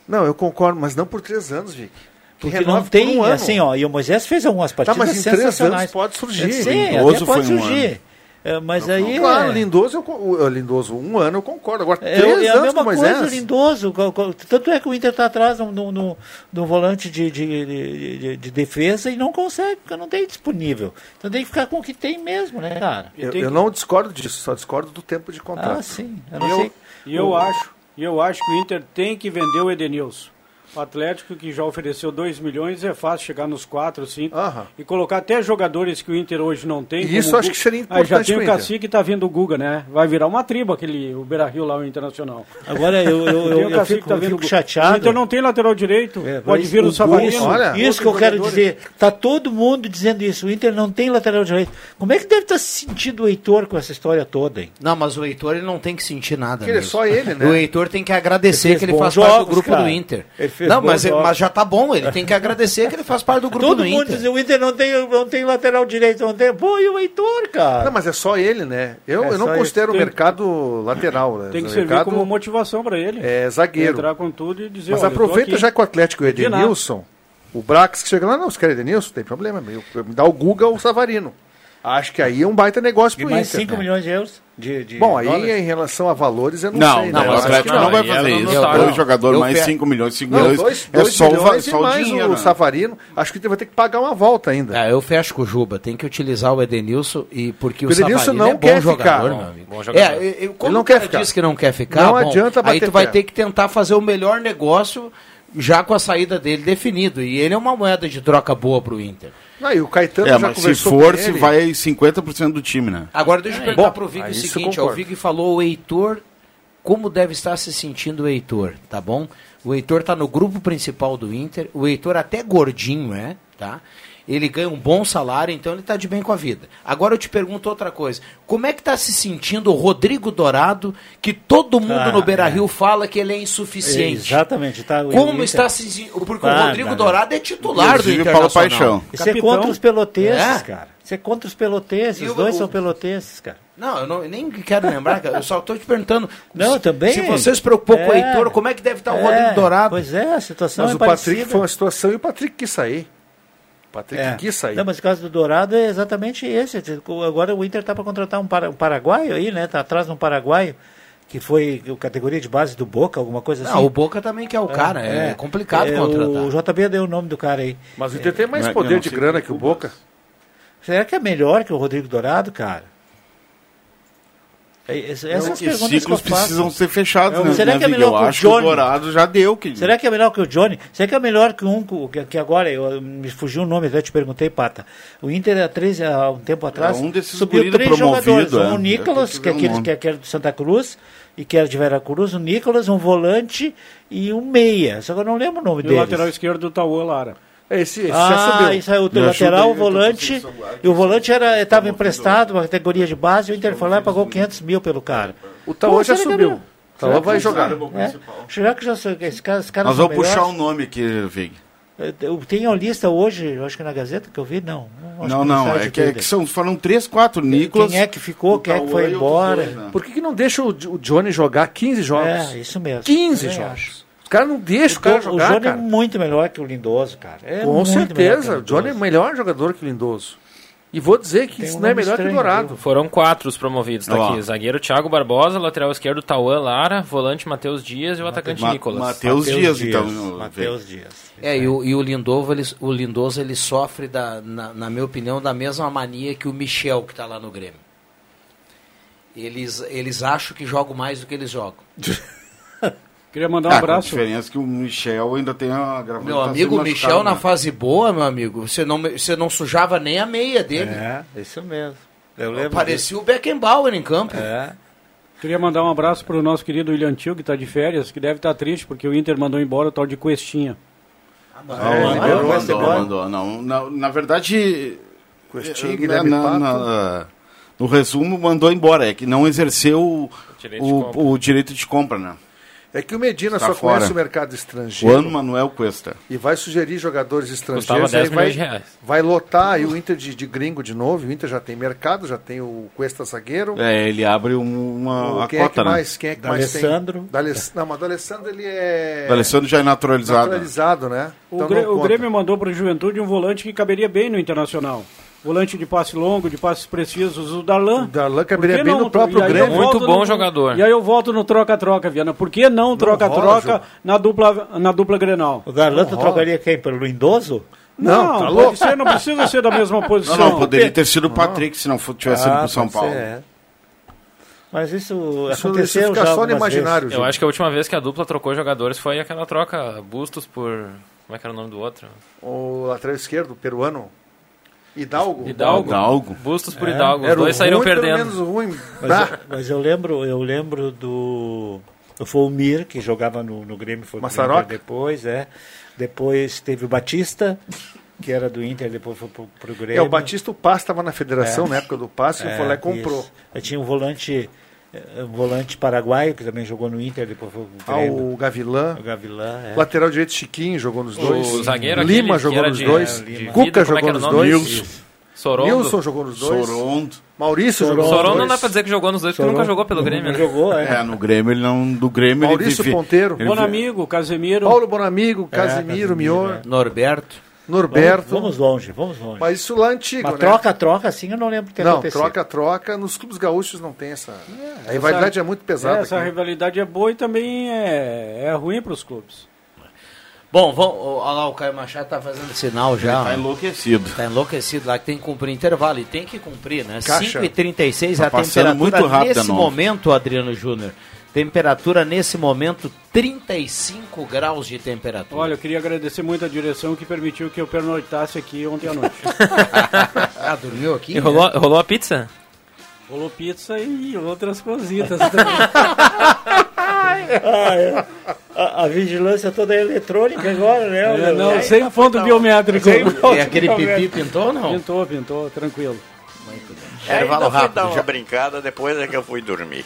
S3: Não, eu concordo, mas não por três anos, Vic. Que
S6: Porque
S3: renove
S6: não
S3: por
S6: tem,
S3: um ano.
S6: assim, ó. E o Moisés fez algumas
S3: Tá,
S6: partidas
S3: mas em três anos
S6: sensacionais.
S3: pode surgir.
S6: Sim,
S4: Lindoso
S6: até pode
S4: foi um
S6: surgir. Eh, Mas aí.
S3: Claro,
S6: é-
S3: Lindoso, eu, con- o- Lindoso, um ano eu concordo. Agora,
S6: É,
S3: três
S6: é a
S3: anos com
S6: mesma
S3: o Moisés.
S6: coisa, lindoso. co- co- Tanto é que o Inter está atrás no, no, no- no volante de, de- de- de- de defesa e não consegue, porque não tem disponível. Então tem que ficar com o que tem mesmo, né, cara?
S3: Eu,
S7: tem
S3: eu
S7: que-
S3: não discordo disso, só discordo do tempo de contrato.
S6: Ah, sim. Eu
S7: E
S6: não
S7: eu,
S6: sei.
S7: e eu acho, e eu acho que o Inter tem que vender o Edenilson. O Atlético, que já ofereceu 2 milhões, é fácil chegar nos 4, 5
S3: Aham.
S7: e colocar até jogadores que o Inter hoje não tem.
S3: E
S7: como
S3: isso
S7: o
S3: eu acho
S7: Gu-
S3: que seria
S7: Ah, já
S3: importante
S7: tem
S3: pro
S7: o
S3: Inter.
S7: Cacique e tá vindo o Guga, né? Vai virar uma tribo aquele o Beira Rio lá, o Internacional.
S6: Agora eu, eu, eu,
S7: Tem
S6: eu
S7: o Cacique
S6: fico,
S7: tá
S6: eu
S7: vindo o
S6: fico
S7: Guga. O
S6: chateado.
S7: Inter não tem lateral direito.
S6: É,
S7: Pode
S6: mas
S7: vir o,
S6: o
S7: Savarino.
S3: Guga, olha,
S6: Isso que eu quero dizer. Tá todo mundo dizendo isso. O Inter não tem lateral direito. Como é que deve estar se sentindo o Heitor com essa história toda, hein?
S1: Não, mas o Heitor ele não tem que sentir nada.
S3: Porque ele é
S1: mesmo.
S3: só ele, né?
S1: O Heitor tem que agradecer
S6: Fez
S1: que ele
S6: bons
S1: faz parte
S6: jogos,
S1: do grupo
S6: cara.
S1: do Inter.
S6: Ele
S7: fez
S1: Não,
S7: bons
S1: mas,
S7: jogos.
S1: mas já tá bom, ele tem que agradecer que ele faz parte do grupo
S6: Todo
S1: do
S6: mundo
S1: Inter.
S6: diz, o Inter não tem, não tem lateral direito, não tem. Pô, e o Heitor, cara?
S1: Tá
S3: Não, mas é só ele, né? Eu,
S6: É
S3: eu não
S6: só
S3: considero
S7: ele.
S3: o
S7: Tem-
S3: mercado lateral. Né?
S7: Tem que
S3: O
S7: servir
S3: mercado
S7: como motivação para ele.
S3: É zagueiro.
S7: Entrar com tudo e dizer.
S3: Mas
S7: "Olha, eu tô
S3: aproveita
S7: aqui".
S3: já que o Atlético e o
S7: De nada.
S3: Edenilson, o Brax que chega lá, não, os caras Edenilson, tem problema, meu. me dá o Guga ou o Savarino. Acho que aí é um baita negócio
S6: E
S3: pro
S6: mais
S3: Inter.
S6: 5
S3: né?
S6: milhões de euros de, de
S3: Bom, aí
S6: dólares.
S3: em relação a valores, eu não,
S4: Não,
S3: sei.
S4: não,
S3: né?
S4: o
S3: Eu acho que
S4: Atlético não
S3: não.
S4: vai é
S5: aí
S4: fazer
S5: ela não
S4: isso.
S5: tá,
S4: dois
S5: não.
S4: jogadores
S1: Eu
S4: mais
S1: pe-
S4: 5 milhões, 5
S3: Não,
S4: milhões.
S3: dois,
S4: é
S3: dois
S4: só, o, va-
S3: milhões e
S4: só o
S3: mais
S4: dinheiro.
S3: o
S4: né? É.
S3: Savarino. Acho que o Inter vai ter que pagar uma volta ainda.
S1: Ah, eu fecho com o Juba, tem que utilizar o Edenilson e porque o,
S3: O Edenilson
S1: Savarino
S3: não
S1: é bom
S3: quer
S1: jogador,
S3: ficar.
S1: meu
S3: Não,
S1: amigo.
S5: bom jogador.
S1: É, eu- eu- como
S3: não
S1: o cara
S3: quer ficar.
S1: diz que não quer ficar,
S3: Não
S1: bom,
S3: adianta
S1: aí
S3: bater
S1: tu vai
S3: pé.
S1: ter que tentar fazer o melhor negócio já com a saída dele definido. E ele é uma moeda de troca boa pro Inter.
S3: Ah, e o Caetano
S4: É,
S3: já
S4: mas se
S3: conversou
S4: for,
S3: com
S4: se
S3: ele.
S4: vai 50% do time, né?
S1: Agora deixa eu perguntar
S3: Bom,
S1: pro Vig
S3: aí
S1: o
S3: isso eu
S1: seguinte, ó, o
S3: concordo.
S1: Vig falou o Heitor, como deve estar se sentindo o Heitor, tá bom? O Heitor tá no grupo principal do Inter, o Heitor até gordinho é, tá? Ele ganha um bom salário, então ele tá de bem com a vida. Agora eu te pergunto outra coisa. Como é que tá se sentindo o Rodrigo Dourado, que todo mundo
S6: Ah,
S1: no Beira-Rio fala que ele é insuficiente?
S6: Exatamente. Tá, o
S1: Como
S6: Inter-
S1: está se sentindo? Porque
S6: Ah,
S1: o Rodrigo
S6: tá.
S1: Dourado é titular
S4: Inclusive,
S1: do
S4: Paulo
S1: Internacional.
S4: Paixão.
S6: Isso é
S7: Capitão.
S6: contra os pelotenses,
S1: É?
S6: cara. Isso é contra os pelotenses.
S1: E
S6: Os
S1: o-
S6: dois
S1: o-
S6: são pelotenses, cara.
S1: Não, eu não- eu nem quero lembrar, cara. Eu só estou te perguntando.
S6: Não,
S1: se,
S6: também.
S1: Se você se preocupou com o
S6: É.
S1: Heitor, como é que deve estar o
S6: É,
S1: Rodrigo Dourado?
S6: Pois é, a situação
S3: Mas
S6: é
S3: o Patrick
S1: um
S6: parecida.
S3: foi uma situação e o Patrick quis sair. O Patrick
S6: É.
S3: quis sair.
S6: Não, mas o caso do Dourado é exatamente esse. Agora o Inter está para contratar um, para, um paraguaio aí, né? Tá atrás de um paraguaio que foi o categoria de base do Boca, alguma coisa
S1: Não,
S6: assim.
S1: o Boca também que é o cara. É, complicado
S6: É,
S1: contratar.
S6: O JB deu o nome do cara aí.
S3: Mas o Inter tem mais
S4: Não é que eu
S3: poder
S4: não
S3: de
S4: sei
S3: grana
S4: que
S3: que o Boca.
S6: Será que é melhor que o Rodrigo Dourado, cara? É, es- Essas
S4: Os
S6: perguntas que eu
S4: ciclos precisam
S6: faço.
S4: ser fechados,
S6: Eu-
S4: né?
S6: Será
S4: né,
S6: que é
S4: Vig?
S6: melhor
S4: Eu
S6: que o
S4: acho que o
S6: Johnny?
S4: Dourado já deu. Que...
S6: Será que é melhor que o Johnny? Será que é melhor que um que, que agora eu, me fugiu o nome, até te perguntei, Pata. O Inter há três há um tempo atrás
S4: É, um desses
S6: subiu
S4: guri do
S6: três
S4: promovido,
S6: jogadores,
S4: é.
S6: um
S4: Eu
S6: Nicolas,
S4: tenho que
S6: que é
S4: ver o
S6: aquele
S4: nome.
S6: que é aquele do Santa Cruz e que era de Veracruz, um Nicolas, um volante e um meia. Só que eu não lembro o nome
S7: E o
S6: dele.
S7: lateral esquerdo, o Tauã Lara.
S3: É, Esse, esse já
S6: Ah,
S3: subiu.
S6: isso aí, o
S4: Me ajuda
S6: lateral,
S4: aí,
S6: o
S4: eu tô
S6: volante.
S4: sem celular,
S6: E o volante era estava emprestado, uma categoria de base, e o Inter foi lá e pagou 500 mil pelo cara.
S3: O Tauã
S6: Pô, será
S3: já
S6: que é
S3: subiu.
S6: melhor?
S3: O Tauã vai jogar.
S6: É? Será que já sou- esse cara, esse cara
S4: Nós
S6: são
S4: vamos puxar um
S6: melhores?
S4: o nome aqui, Vig.
S6: Eu- Eu tenho a lista hoje, eu acho que na Gazeta que eu vi, não. acho
S4: Não,
S6: que
S4: não,
S6: site
S4: é
S6: do
S4: que, é
S6: Inter.
S4: que são, foram três, quatro, Nicolas.
S6: Quem é que ficou, quem é que foi embora.
S3: Por que, que não deixa o, o Johnny jogar 15 jogos?
S6: É, isso mesmo.
S3: 15
S6: Eu também
S3: jogos. Os caras não deixam o cara
S6: o
S3: jogar,
S6: Johnny é
S3: cara.
S6: muito melhor que o Lindoso, cara. É
S3: Com
S6: muito melhor que
S3: certeza. O Johnny é
S6: Lindoso.
S3: melhor jogador que o Lindoso. E vou dizer que
S6: Tem
S3: isso
S6: um
S3: não é
S6: nome
S3: melhor que o
S6: estranho,
S3: Dourado.
S5: Foram quatro os promovidos
S4: Ó.
S5: daqui. Zagueiro Thiago Barbosa, lateral esquerdo Tauan Lara, volante Matheus Dias e o atacante
S4: Ma-
S5: Nicolas.
S4: Matheus Dias, então. Vig.
S6: Matheus Dias.
S1: É, e o, e o Lindovo, ele, o Lindoso, ele sofre, da, na, na minha opinião, da mesma mania que o Michel, que está lá no Grêmio. Eles, eles acham que jogam mais do que eles jogam.
S7: Queria mandar um
S4: Ah, com a
S7: abraço.
S4: diferença que o Michel ainda tem a tá gravata.
S1: Meu amigo, o Michel,
S4: né?
S1: na fase boa, meu amigo, você não, você não sujava nem a meia dele.
S6: É, isso mesmo. Eu lembro.
S1: Parecia o Beckenbauer em campo.
S6: disso. É.
S7: Queria mandar um abraço para o nosso querido William Tio, que está de férias, que deve estar triste porque o Inter mandou embora o tal de Cuestinha.
S4: Ah, Não,
S6: É,
S4: mandou,
S6: liberou, vai ser
S4: mandou,
S6: embora.
S4: mandou, não. Na, na verdade,
S3: Questinho,
S4: eh,
S3: Guilherme Pato.
S4: no resumo, mandou embora. É que não exerceu o,
S5: direito de compra.
S4: o, o direito de compra, né?
S3: É que o Medina
S4: Está
S3: só
S4: Tá fora.
S3: conhece o mercado
S4: O
S3: estrangeiro
S4: Ano Manuel Cuesta.
S3: e vai sugerir jogadores
S5: Custava
S3: estrangeiros.
S5: 10
S3: Aí vai,
S5: milhões de reais.
S3: vai lotar aí o Inter de, de gringo de novo. O Inter já tem mercado, já tem o Cuesta Zagueiro.
S4: É, ele abre um- uma a
S3: O- quem é que
S4: cota, né?
S3: mais? Quem é que mais tem?
S6: D'Alessandro.
S3: D'Ales- Não, mas o Alessandro ele é
S4: O Alessandro já é naturalizado.
S3: naturalizado, né?
S7: O,
S3: Então
S7: Grê-
S3: não
S7: o
S3: conta.
S7: Grêmio mandou para o Juventude um volante que caberia bem no Internacional. Volante de passe longo, de passes precisos, o Darlan.
S3: O Darlan
S7: Por
S3: caberia
S7: que
S3: bem
S7: não?
S3: no próprio
S7: E aí eu
S3: Grêmio.
S7: volto
S5: Muito bom jogador.
S7: E aí eu volto no troca-troca, Viana. Por que não
S3: rola,
S7: troca-troca
S3: Ju.
S7: na dupla, na dupla Grenal?
S6: O Garlanto
S3: rola.
S6: trocaria quem? Pelo Lindoso?
S3: Não, tá
S7: pode
S3: louco.
S7: ser, não precisa ser da mesma
S4: Não,
S7: posição.
S4: não, poderia ter sido o Patrick se não fo- tivesse ido
S6: Ah,
S4: para o São
S6: pode
S4: Paulo.
S6: ser, é. Mas isso,
S3: Isso, isso
S6: aconteceu
S3: fica
S6: já
S3: só no
S6: algumas
S3: imaginário.
S5: Eu
S3: Ju.
S5: acho que a última vez que a dupla trocou jogadores foi aquela troca Bustos por. Como é que era o nome do outro?
S3: O lateral esquerdo, o peruano, Hidalgo.
S5: Hidalgo.
S4: Hidalgo.
S5: Bustos por Hidalgo. Os
S3: Era o
S5: dois saíram
S3: ruim, pelo
S5: perdendo.
S3: menos o ruim.
S6: Mas, é-
S3: Bah,
S6: eu, mas eu lembro, eu lembro do do Fulmir, que jogava no, no Grêmio, foi pro
S3: Massarocca?
S6: Inter depois, é. Depois teve o Batista, que era do Inter, depois foi pro, pro Grêmio. É,
S3: É, o Batista o Paz estava na federação na época do Paz e o Folé comprou.
S6: isso. Aí tinha um volante eh, volante paraguaio, que também jogou no Inter, depois foi pro
S3: Ah,
S6: Grêmio.
S3: o Gavilan.
S6: O Gavilan, é.
S3: Lateral direito Chiquinho jogou nos dois.
S5: O zagueiro aquele
S3: Lima
S5: que
S3: jogou
S5: era
S3: nos
S5: de-
S3: dois.
S5: é, Lima.
S3: Cuca
S5: Vida, como é que
S3: jogou
S5: era
S3: nos
S5: o nome?
S3: dois.
S5: Isso. Sorondo.
S3: Nilson jogou nos dois.
S4: Sorondo.
S3: Maurício jogou nos
S5: Sorondo
S3: dois.
S5: não dá pra dizer que jogou nos dois, porque nunca jogou pelo Grêmio,
S6: Não
S5: né?
S6: jogou, é.
S4: É, no Grêmio ele não. Do Grêmio
S3: Maurício
S4: ele. vive-
S3: Ponteiro.
S4: ele
S7: Bom
S4: vive-
S7: amigo, Casemiro.
S3: Paulo
S5: É,
S3: Bonamigo, Casimiro, Mior,
S1: Norberto.
S3: Norberto.
S6: Vamos longe, vamos longe.
S3: Mas isso lá é antigo,
S6: Mas
S3: né?
S6: troca, troca, assim eu não lembro ter
S3: Não,
S6: acontecido.
S3: troca, troca. Nos clubes gaúchos não tem essa. a rivalidade é muito pesada.
S7: É, essa
S3: aqui.
S7: rivalidade é boa e também é, é ruim para os clubes.
S1: Bom, vamos. Olha lá, o Caio Machado tá fazendo sinal já.
S4: Tá enlouquecido.
S1: Tá enlouquecido lá que tem que cumprir intervalo. E tem que cumprir, né?
S3: Caixa.
S1: 5h36 a
S4: Tá passando
S1: temperatura
S4: muito rápido,
S1: nesse
S4: não.
S1: momento, Adriano Júnior. Temperatura nesse momento, 35 graus de temperatura.
S7: Olha, eu queria agradecer muito a direção que permitiu que eu pernoitasse aqui ontem à noite.
S1: Ah, dormiu aqui?
S5: E rolou, rolou a pizza?
S7: Rolou pizza e outras cositas também.
S6: Ah, é. a, a vigilância toda é eletrônica agora, né?
S7: É,
S6: Leonardo?
S7: não, sem ponto biométrico.
S1: E É. aquele pipi pintou ou não?
S7: Pintou, pintou, tranquilo.
S1: Intervalo
S2: É, Ainda fui
S1: rápido,
S2: dar uma
S1: já-
S2: brincada, depois é que eu fui dormir.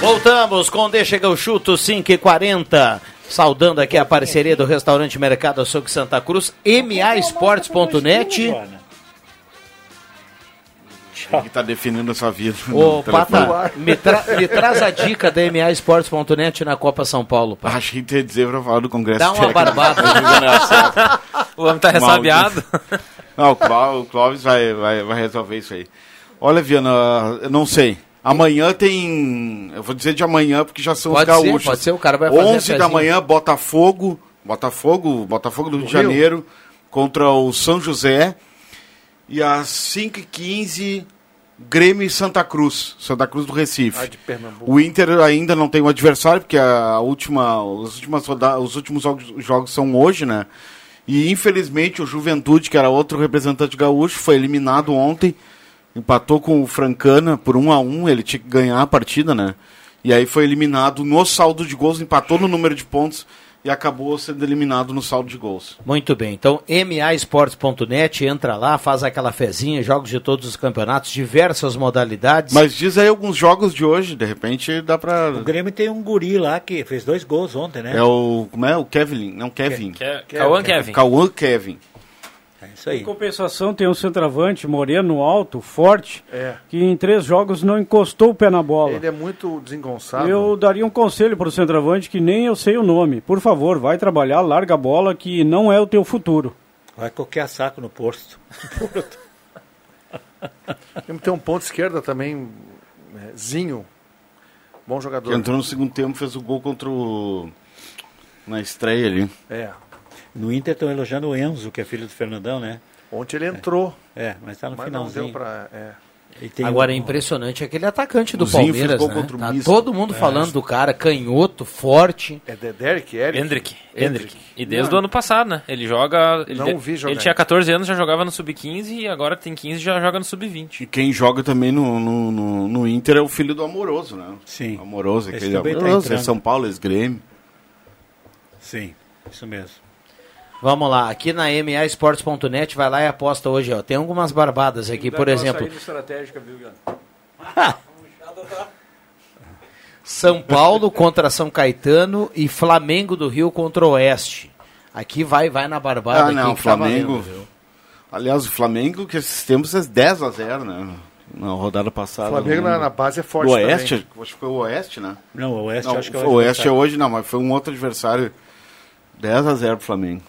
S1: Voltamos com o Deixa Que Eu Chuto 5 e 40 Saudando aqui a parceria do restaurante Mercado Açougue Santa Cruz, maesportes.net.
S4: Ele que tá definindo essa vida.
S1: Ô,
S4: no telefone.
S1: Pata, me, tra- me traz a dica da maesportes.net na Copa São Paulo. Pata.
S4: Achei que ia dizer pra falar do Congresso.
S1: Dá um uma barbada.
S4: barbada.
S5: O homem tá ressabiado.
S4: Não, o Cló- o Clóvis vai, vai, vai resolver isso aí. Olha, Viana, eu não sei. Amanhã tem. Eu vou dizer de amanhã, porque já são
S1: Pode
S4: os
S1: ser,
S4: gaúchos.
S1: pode ser, o cara vai fazer
S4: 11 da
S1: pezinho.
S4: manhã, Botafogo. Botafogo, Botafogo do Rio de
S3: Rio.
S4: Janeiro contra o São José. E às 5h15, Grêmio e Santa Cruz. Santa Cruz do Recife.
S3: Ah, de Pernambuco.
S4: O Inter ainda não tem um adversário, porque a última, os, últimas roda- os últimos jogos, jogos são hoje, né? E infelizmente o Juventude, que era outro representante gaúcho, foi eliminado ontem. Empatou com o Francana por um a um, ele tinha que ganhar a partida, né? E aí foi eliminado no saldo de gols, empatou no número de pontos e acabou sendo eliminado no saldo de gols.
S1: Muito bem, então maesportes.net, entra lá, faz aquela fezinha, jogos de todos os campeonatos, diversas modalidades.
S4: Mas diz aí alguns jogos de hoje, de repente dá pra.
S6: O Grêmio tem um guri lá que fez dois gols ontem, né?
S4: É o. Como é? O Kevin? Não, Kevin.
S5: Ke-
S1: É,
S4: é,
S5: Cauã Kevin.
S4: Cauã Kevin.
S6: É isso aí.
S7: Em compensação, tem um centroavante moreno, alto, forte,
S3: É.
S7: que em três jogos não encostou o pé na bola.
S3: Ele é muito desengonçado.
S7: Eu daria um conselho para o centroavante que nem eu sei o nome. Por favor, vai trabalhar, larga a bola, que não é o teu futuro.
S6: Vai coquear saco no posto.
S3: Tem um ponto esquerda também, né, Zinho. Bom jogador.
S4: Que entrou no segundo tempo, fez o gol contra o. Na estreia ali.
S3: É.
S6: No Inter estão elogiando o Enzo, que é filho do Fernandão, né?
S3: Ontem ele entrou,
S6: É, mas tá no
S3: mas não
S6: finalzinho.
S3: deu pra. é.
S6: E tem
S1: Agora é
S6: um-
S1: impressionante aquele atacante do
S4: O Zinho fez
S1: Palmeiras,
S4: gol
S1: né?
S4: contra o
S1: Tá
S4: Misto. É.
S1: todo mundo falando do cara, canhoto, forte.
S3: É de- Derek, Eric.
S5: Hendrick. Hendrick. E desde o ano passado, né? Ele joga. Ele,
S3: Não
S5: de-
S3: vi jogar.
S5: ele tinha 14 anos, já jogava no sub-15 e agora tem 15 e já joga no sub-20.
S4: E quem joga também no, no, no, no Inter é o filho do Amoroso, né?
S6: Sim.
S4: Amoroso,
S6: Esse
S4: aquele
S6: também tá
S4: Amoroso.
S6: entrando.
S4: é São Paulo, esse Grêmio.
S6: Sim, isso mesmo.
S1: Vamos lá, aqui na maesportes.net, vai lá e aposta hoje, ó. Tem algumas barbadas aqui, por exemplo, São Paulo contra São Caetano e Flamengo do Rio contra o Oeste. Aqui vai, vai na barbada.
S4: Ah,
S1: aqui
S4: não,
S1: que tá
S4: Flamengo.
S1: valendo, viu?
S4: Aliás, o Flamengo, que esses tempos é 10 a 0 né? Na rodada passada.
S3: O Flamengo
S4: não lembro.
S3: na, na base é
S4: O
S3: forte.
S4: Oeste,
S3: também.
S4: acho que foi o Oeste, né?
S6: Não, o Oeste
S4: Não,
S6: acho que é
S4: o Oeste é
S6: adversário.
S4: hoje, não, mas foi um outro adversário. 10 a 0 pro Flamengo.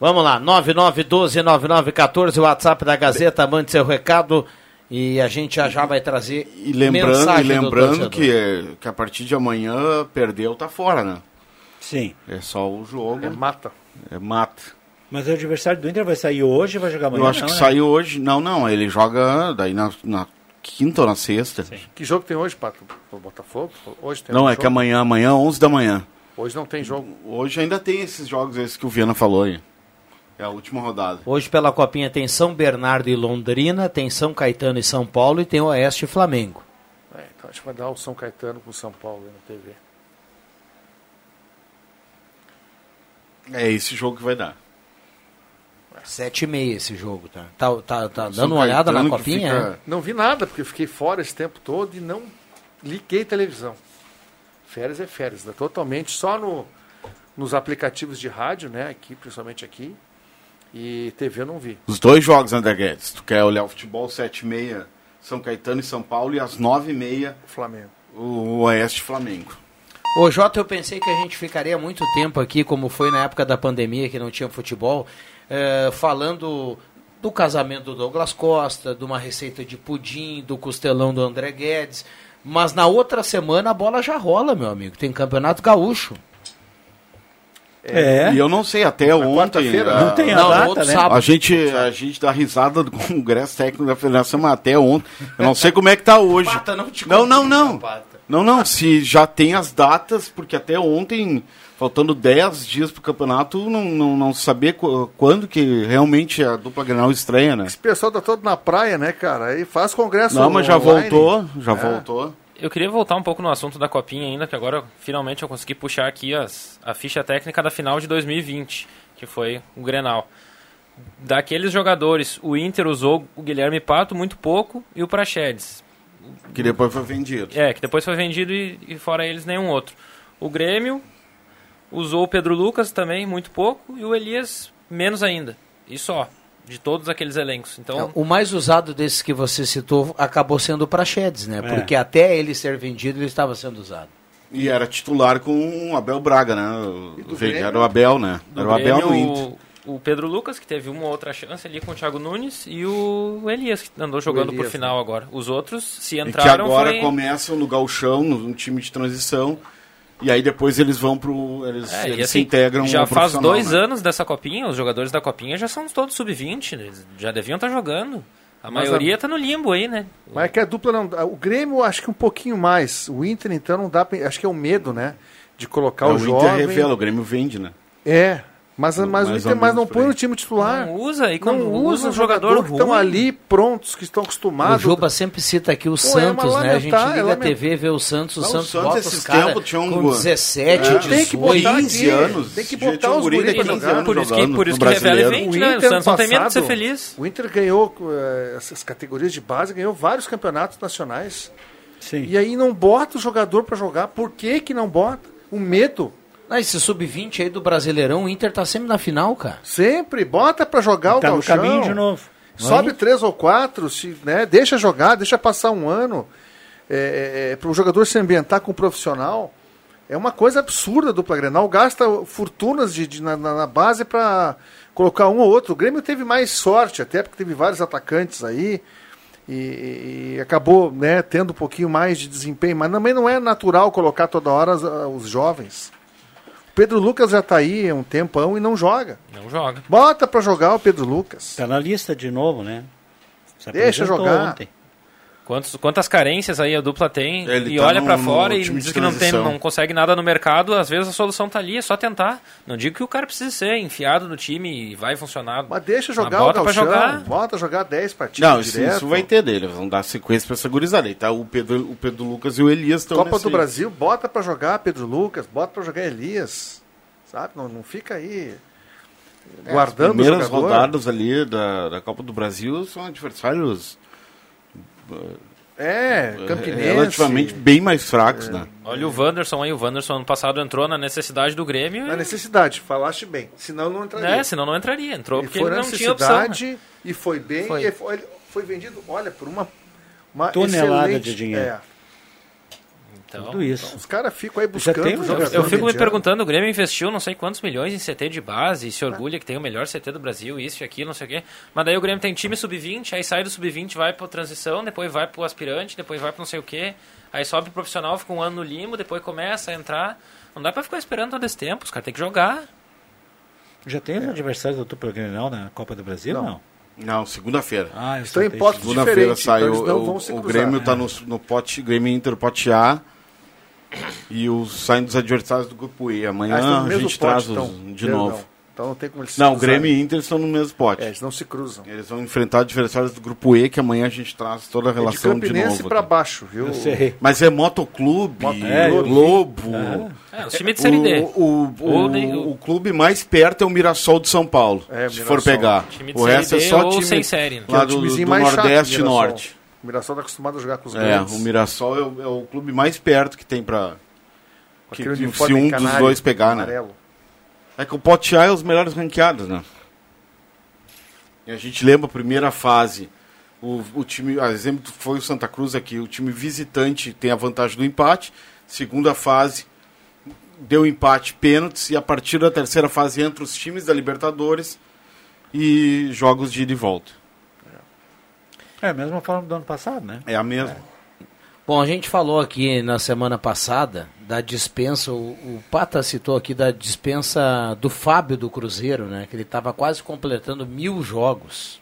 S1: Vamos lá, 99129914, o WhatsApp da Gazeta, mande seu recado e a gente já já vai trazer
S4: E lembrando, e
S1: mensagem do
S4: lembrando
S1: torcedor.
S4: que, que a partir de amanhã perdeu, tá fora, né?
S6: Sim.
S4: É só o jogo,
S3: É mata.
S4: é mata.
S6: Mas o adversário do Inter vai sair hoje e vai jogar amanhã?
S4: Eu acho
S6: não,
S4: que
S6: né?
S4: saiu hoje. Não, não, ele joga daí na, na quinta ou na sexta.
S3: Que jogo tem hoje, Pato? O Botafogo? Hoje tem
S4: Não,
S3: algum
S4: é
S3: jogo?
S4: que amanhã, amanhã, 11 da manhã.
S3: Hoje não tem jogo.
S4: Hoje ainda tem esses jogos esses que o Viana falou aí. É a última rodada.
S1: Hoje pela Copinha tem São Bernardo e Londrina, tem São Caetano e São Paulo e tem Oeste e Flamengo.
S3: É, então acho que vai dar o São Caetano com o São Paulo aí na TV.
S4: É esse jogo que vai dar.
S1: Sete e meia esse jogo, tá? Tá, tá, tá
S4: São
S1: dando uma olhada na
S4: Caetano que
S1: Copinha?
S4: fica-
S3: Não vi nada, porque eu fiquei fora esse tempo todo e não liguei televisão. Férias é férias, né? totalmente só no, nos aplicativos de rádio, né? Aqui, principalmente aqui. E TV eu não vi.
S4: Os dois jogos, André Guedes. Tu quer olhar o futebol 7 e meia, São Caetano e São Paulo, e às 9 e meia,
S3: O Flamengo.
S4: o Oeste e Flamengo.
S1: é? Ô Jota, eu pensei que a gente ficaria muito tempo aqui, como foi na época da pandemia, que não tinha futebol, eh, falando do casamento do Douglas Costa, de uma receita de pudim, do costelão do André Guedes. Mas na outra semana a bola já rola, meu amigo. Tem campeonato gaúcho.
S6: É.
S4: E eu não sei, até ontem. ah,
S3: quarta-feira,
S4: a-
S6: Não tem a
S1: Não,
S6: data,
S1: outro
S6: né?
S3: Ah,
S1: sábado.
S4: A gente, a gente dá risada do Congresso Técnico da Federação mas até ontem. Eu não sei como é que tá hoje.
S1: Pata, não te
S4: não, não,
S1: complica,
S4: não.
S1: Pata.
S4: Não, não, Se já tem as datas, porque até ontem, faltando 10 dias pro campeonato, não, não, não sabia qu- quando que realmente a dupla Grenal estreia, né?
S3: Esse pessoal tá todo na praia, né, cara? Aí faz congresso
S4: Não, mas já
S3: online. É.
S4: voltou, já voltou.
S5: Eu queria voltar um pouco no assunto da Copinha ainda, que agora finalmente eu consegui puxar aqui as- a ficha técnica da final de 2020, que foi o Grenal. Daqueles jogadores, o Inter usou o Guilherme Pato muito pouco e o Praxedes.
S4: Que depois foi vendido.
S5: É, que depois foi vendido e, e fora eles nenhum outro. O Grêmio usou o Pedro Lucas também muito pouco e o Elias menos ainda. E só, de todos aqueles elencos. Então,
S1: É, O mais usado desses que você citou acabou sendo o Praxedes, né?
S6: É.
S1: Porque até ele ser vendido, ele estava sendo usado.
S4: E era titular com o Abel Braga, né?
S3: do
S4: Veio- Era
S3: Grêmio?
S4: o Abel, né? Era o Abel no Inter.
S5: o Pedro Lucas, que teve uma outra chance ali com o Thiago Nunes, e o Elias, que andou jogando por
S3: Elias,
S5: final agora. Os outros, se
S4: E que
S5: entraram,
S4: agora
S5: foi...
S4: começam no galchão, no, no time de transição, e aí depois eles vão pro. Eles,
S5: É,
S4: eles
S5: e
S4: se
S5: assim,
S4: integram
S5: já
S4: ao
S5: faz
S4: profissional,
S5: dois
S4: né?
S5: anos dessa copinha, os jogadores da copinha já são todos sub-20, né? Eles já deviam estar jogando. A
S3: Mas
S5: maioria tá no limbo aí, né?
S3: Mas é que a dupla não. O Grêmio acho que um pouquinho mais. O Inter, então, não dá pra. Acho que é o medo, né? De colocar
S4: É,
S3: o,
S4: o
S3: jovem.
S4: Inter revela, o Grêmio vende, né?
S3: É. Mas, mas o
S4: Mais
S3: Inter
S4: ou
S3: mais
S4: menos
S3: não
S4: por
S3: põe
S4: aí.
S3: o time titular.
S5: Não usa, e
S3: Não
S5: quando
S3: usa
S5: usa
S3: o
S5: um
S3: jogador,
S5: jogador
S3: que estão
S5: ruim-
S3: ali prontos, que estão
S1: O
S3: acostumados.
S1: Juba sempre cita aqui o
S3: é
S1: Santos,
S3: uma
S1: né? A gente
S3: lamentar- é
S1: liga a
S3: lamentar.
S1: TV, vê o Santos, o
S4: Não, o
S1: Santos,
S4: Santos
S1: bota os
S4: esses
S1: caras
S4: tempos tinha um
S1: com
S4: gol.
S1: 17,
S4: É.
S3: Tem que botar
S1: 18.
S3: aqui.
S4: Quinze anos.
S3: Tem que
S4: Já
S3: botar
S4: tinha
S3: os
S4: um guri
S3: guris
S4: de
S3: pra
S5: Por,
S4: quinze
S3: jogar.
S4: anos.
S5: por isso que,
S4: jogando
S5: por
S4: no
S5: isso que revela e
S4: Brasileiro.
S5: vende, né? O Santos não tem medo de ser feliz.
S3: O Inter ganhou eh, essas categorias de base, ganhou vários campeonatos nacionais.
S6: Sim.
S3: E aí não bota o jogador pra jogar. Por que que não bota? O medo.
S1: Ah, esse sub-20 aí do Brasileirão, o Inter tá sempre na final, cara.
S3: Sempre bota pra jogar o
S6: Tá no
S3: gauchão.
S6: caminho de novo.
S5: é
S3: Sobe
S1: Hein?
S3: três ou quatro, se, né, deixa jogar, deixa passar um ano. É, para o jogador se ambientar com o profissional, é uma coisa absurda do dupla Grenal. Gasta fortunas de, de- na, na- na base para colocar um ou outro. O Grêmio teve mais sorte, até porque teve vários atacantes aí. E, e acabou né, tendo um pouquinho mais de desempenho, mas também não é natural colocar toda hora os, os jovens. O Pedro Lucas já está aí há um tempão e não joga.
S5: Não joga.
S3: Bota para jogar o Pedro Lucas.
S6: Tá na lista de novo, né? Se
S3: Deixa
S6: apresentou
S3: jogar.
S6: Ontem.
S5: Quantos, quantas carências aí a dupla tem
S4: Ele
S5: e
S4: tá
S5: olha
S4: no-
S5: pra
S4: no
S5: fora e
S4: time de
S5: diz que não, tem,
S4: transição.
S5: não consegue nada no mercado, às vezes a solução tá ali, é só tentar. Não digo que o cara precisa ser enfiado no time e vai funcionar.
S3: Mas deixa jogar
S5: Mas bota
S3: o
S5: pra
S3: Galchão,
S5: jogar.
S3: bota jogar 10 partidas
S4: Não, isso,
S3: direto.
S4: isso vai ter dele. Vão dar sequência pra essa gurizada. Aí tá o Pedro, o Pedro Lucas e o Elias estão
S3: Copa
S4: nesse...
S3: do Brasil, bota pra jogar Pedro Lucas, bota pra jogar Elias, sabe? Não, não fica aí né, guardando o
S4: Primeiras
S3: jogador.
S4: rodadas ali da, da Copa do Brasil são adversários
S3: É,
S4: eh,
S3: Campinense. É.
S4: relativamente bem mais fracos, né?
S5: Olha o Wanderson aí, o Wanderson ano passado entrou na necessidade do Grêmio.
S3: Na
S5: e-
S3: necessidade, falaste bem. Senão não entraria.
S5: É, senão não entraria. Entrou
S3: ele
S5: porque
S3: foi
S5: ele
S3: na
S5: não tinha opção. né?
S3: necessidade e foi bem.
S5: Foi.
S3: e foi, ele foi vendido, olha, por uma, uma
S6: Tonelada
S3: excelente-
S6: de dinheiro.
S3: é.
S5: Então,
S6: Tudo isso.
S3: os caras ficam aí buscando
S6: tem um-
S3: o
S6: eu-
S3: jogador.
S5: eu fico me
S3: mediano.
S5: perguntando, o Grêmio investiu não sei quantos milhões em CT de base
S3: Tá.
S5: e se orgulha que tem o melhor CT do Brasil, isso e aquilo, não sei o quê. Mas daí o Grêmio tem time sub-20, aí sai do sub-20, vai pra transição, depois vai pro aspirante, depois vai pro não sei o quê. Aí sobe pro profissional, fica um ano no limo, depois começa a entrar. Não dá pra ficar esperando todo esse tempo, os caras têm que jogar.
S6: Já tem os adversários do Tupi Grenal na Copa do Brasil? Não.
S4: Não, segunda-feira.
S6: Ah, eu
S3: Estão em
S6: soltei
S3: postos
S4: Segunda-feira
S3: diferentes,
S4: saiu.
S3: então eles não
S4: o-
S3: vão se
S4: o,
S3: cruzar. É.
S4: Grêmio está no, no pote, Grêmio Inter, pote A. E os saem dos adversários do grupo E.
S3: Ah, eles estão
S4: Amanhã
S3: no
S4: a
S3: mesmo
S4: gente traz
S3: pote,
S4: os,
S3: então.
S4: de
S3: Não,
S4: novo.
S3: Então não tem como eles se
S4: Não, o
S3: cruzarem.
S4: Grêmio e Inter estão no mesmo pote.
S3: É, eles não se cruzam.
S4: Eles vão enfrentar adversários do grupo E, que amanhã a gente traz toda a
S3: É de
S4: relação de,
S3: Campinense
S4: novo.
S3: pra
S4: aqui.
S3: baixo, viu?
S6: Eu sei.
S4: Mas é motoclube,
S3: É, eu vi.
S4: Globo.
S5: É, os times de Série D.
S4: O, o,
S5: Ou
S4: o-
S5: de-
S4: o clube mais perto é o Mirassol de São Paulo,
S3: É,
S4: se
S3: Mirassol.
S4: for pegar.
S5: Time de
S4: O
S5: Série
S4: resto é
S5: D
S4: só
S5: ou
S4: time
S5: sem série, né?
S3: Que é
S4: lá
S3: o
S4: do,
S3: timezinho
S4: do
S3: mais chato,
S4: Nordeste e
S3: Mirassol.
S4: Norte.
S3: O Mirassol tá acostumado a jogar com os
S4: É,
S3: grandes.
S4: o Mirassol é o, é o clube mais perto que tem pra.
S3: Com
S4: Que, que
S3: aquele
S4: se
S3: uniforme
S4: um dos
S3: canário,
S4: dois pegar, né?
S3: amarelo.
S4: É que o pote A é os melhores ranqueados, né? E a gente lembra a primeira fase. O, o time, a exemplo, foi o Santa Cruz aqui. O time visitante tem a vantagem do empate. Segunda fase, deu empate, pênaltis. E a partir da terceira fase, entra os times da Libertadores e jogos de ida e volta.
S6: É a mesma forma do ano passado, né?
S4: É a mesma.
S1: Bom, a gente falou aqui na semana passada da dispensa, o, o Pata citou aqui da dispensa do Fábio do Cruzeiro, né? Que ele estava quase completando mil jogos.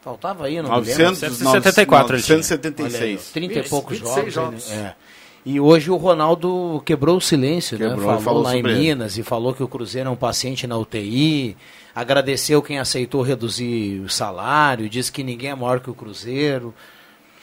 S1: Faltava aí, não me lembro.
S4: 900,
S5: 974 ele tinha.
S4: 976.
S1: 30 e poucos
S3: 26
S1: jogos.
S3: jogos.
S1: aí, né? É. E hoje o Ronaldo quebrou o silêncio, né?
S4: Quebrou,
S1: Falou,
S4: falou
S1: lá em
S4: sobre ele.
S1: Minas e falou que o Cruzeiro é um paciente na UTI, agradeceu quem aceitou reduzir o salário, disse que ninguém é maior que o Cruzeiro.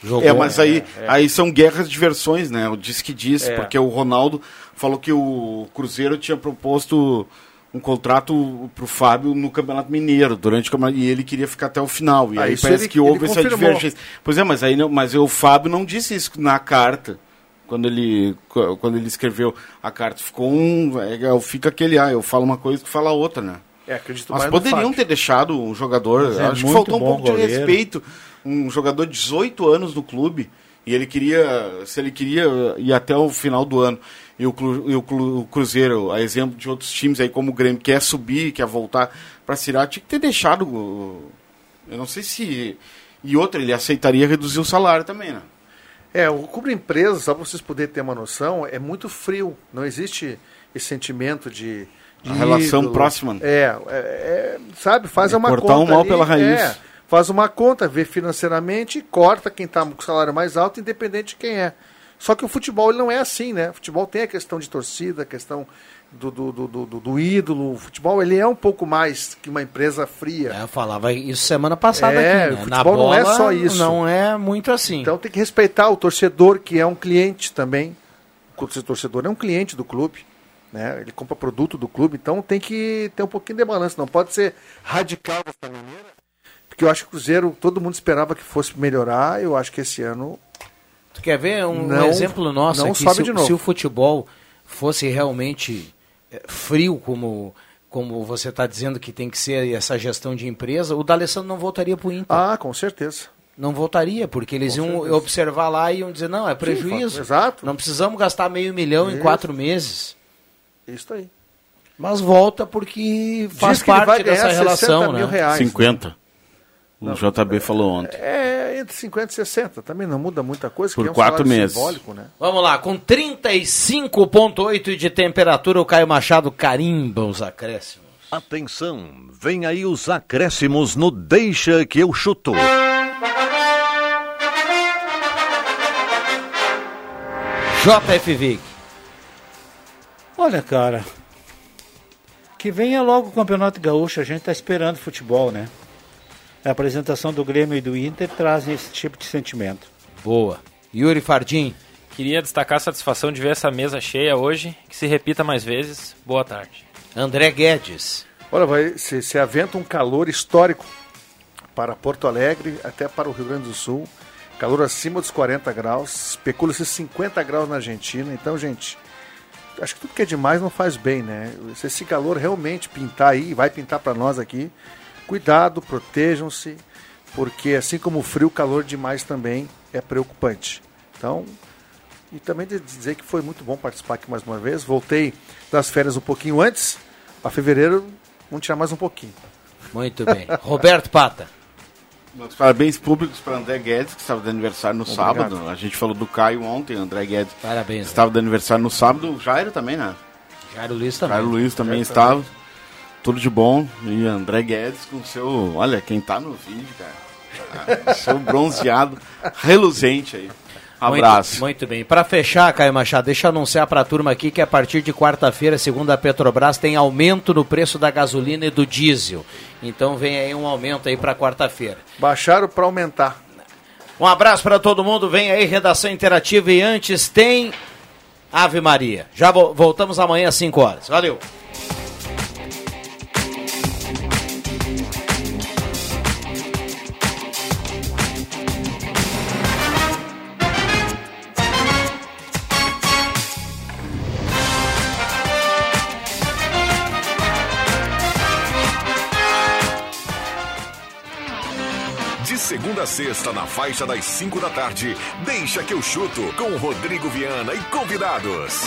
S1: Jogou,
S4: É, mas aí,
S3: né?
S4: aí são guerras de versões, né? O diz que diz,
S3: É.
S4: porque o Ronaldo falou que o Cruzeiro tinha proposto um contrato pro Fábio no Campeonato Mineiro, durante o Campeonato, e ele queria ficar até o final. E
S3: Ah,
S4: aí,
S3: isso
S4: parece
S3: ele-
S4: que houve
S3: ele
S4: essa
S3: confirmou.
S4: divergência. Pois é, mas aí não- mas o Fábio não disse isso na carta. Quando ele, quando ele escreveu a carta, ficou um. é, fica aquele, ah, eu falo uma coisa que fala outra, né?
S3: É, acredito
S4: Mas
S3: mais no
S4: poderiam
S3: Fábio.
S4: ter deixado um jogador.
S6: Mas é
S4: acho que
S6: muito
S4: faltou um
S6: bom
S4: pouco de
S6: goleiro.
S4: respeito. Um jogador de 18 anos no clube. E ele queria. Se ele queria ir até o final do ano. E o, cru, e o cru- o Cruzeiro, a exemplo de outros times aí, como o Grêmio, quer subir, quer voltar para Cirá, tinha que ter deixado. o- Eu não sei se. E outra, ele aceitaria reduzir o salário também, né?
S3: É, o cubro empresa, só para vocês poderem ter uma noção, é muito frio. Não existe esse sentimento de. de
S4: A relação próxima.
S3: É, é, é, sabe? Faz
S4: De
S3: uma
S4: cortar o
S3: conta.
S4: mal
S3: ali,
S4: pela raiz.
S3: é, faz uma conta, vê financeiramente e corta quem está com o salário mais alto, independente de quem é. Só que o futebol ele não é assim, né? O futebol tem a questão de torcida, a questão do, do, do, do, do- do ídolo. O futebol ele é um pouco mais que uma empresa fria.
S1: É, eu falava isso semana passada
S3: É,
S1: aqui. Né?
S3: o
S1: Na
S3: futebol
S1: bola
S3: não é só isso.
S1: Não é muito assim.
S3: Então tem que respeitar o torcedor, que é um cliente também. O torcedor é um cliente do clube. Né? Ele compra produto do clube, então tem que ter um pouquinho de balanço. Não pode ser radical dessa maneira. Porque eu acho que o Cruzeiro, todo mundo esperava que fosse melhorar. Eu acho que esse ano.
S1: Tu quer ver um, um
S3: Não-
S1: exemplo nosso
S3: não
S1: aqui?
S3: sobe
S1: se,
S3: de
S1: o-
S3: novo.
S1: se o futebol fosse realmente eh, frio, como, como você está dizendo que tem que ser essa gestão de empresa, o D'Alessandro não voltaria para o Inter.
S4: Tá.
S3: Ah, com certeza.
S1: Não voltaria, porque eles iam observar lá e iam dizer, não, é prejuízo.
S3: exato.
S1: Não precisamos gastar meio milhão em
S3: Isso.
S1: quatro meses.
S3: Isso aí.
S1: Mas volta porque faz
S3: Diz que ele vai
S1: parte
S3: ganhar
S1: dessa
S3: 60
S1: relação,
S3: mil
S1: né?
S6: Ah,
S3: reais.
S4: 50. O JB falou ontem.
S3: É, entre 50 e 60. Também não muda muita coisa.
S4: Por
S3: que é um
S4: quatro
S3: salário
S4: meses.
S3: Simbólico, né?
S1: Vamos lá, com 35,8 de temperatura, o Caio Machado carimba os acréscimos.
S9: Atenção, vem aí os acréscimos no Deixa que eu chuto.
S1: JF Vic.
S6: Olha, cara. Que venha logo o Campeonato Gaúcho, a gente tá esperando futebol, né? A apresentação do Grêmio e do Inter trazem esse tipo de sentimento.
S1: Boa. Yuri Fardim.
S5: Queria destacar a satisfação de ver essa mesa cheia hoje. Que se repita mais vezes. Boa tarde.
S1: André Guedes.
S3: Olha, vai, se, se aventa um calor histórico para Porto Alegre, até para o Rio Grande do Sul. Calor acima dos 40 graus. Especula-se 50 graus na Argentina. Então, gente, acho que tudo que é demais não faz bem, né? Se esse calor realmente pintar aí, vai pintar para nós aqui, cuidado, protejam-se, porque assim como o frio, o calor demais também é preocupante. Então, e também de dizer que foi muito bom participar aqui mais uma vez. Voltei das férias um pouquinho antes, para fevereiro, vamos tirar mais um pouquinho.
S1: Muito bem. Roberto Pata.
S4: Meus parabéns públicos para André Guedes, que estava de aniversário no sábado. A gente falou do Caio ontem, André Guedes
S1: Parabéns. né?
S4: estava de aniversário no sábado. O Jairo também, né?
S1: Jairo Luiz
S4: O
S1: também.
S4: Jairo Luiz também estava. Tudo de bom. E André Guedes com seu. Olha, quem tá no vídeo, cara. Tá, seu bronzeado, reluzente aí.
S1: Muito-
S4: Abraço.
S1: Muito, bem. Para fechar, Caio Machado, deixa eu anunciar para a turma aqui que a partir de quarta-feira, segundo a Petrobras, tem aumento no preço da gasolina e do diesel. Então vem aí um aumento aí para quarta-feira.
S3: Baixaram para aumentar.
S1: Um abraço para todo mundo. Vem aí redação interativa e antes tem Ave Maria. Já vo- voltamos amanhã às 5 horas. Valeu.
S9: De segunda a sexta, na faixa das 5 da tarde, deixa que eu chuto com Rodrigo Viana e convidados.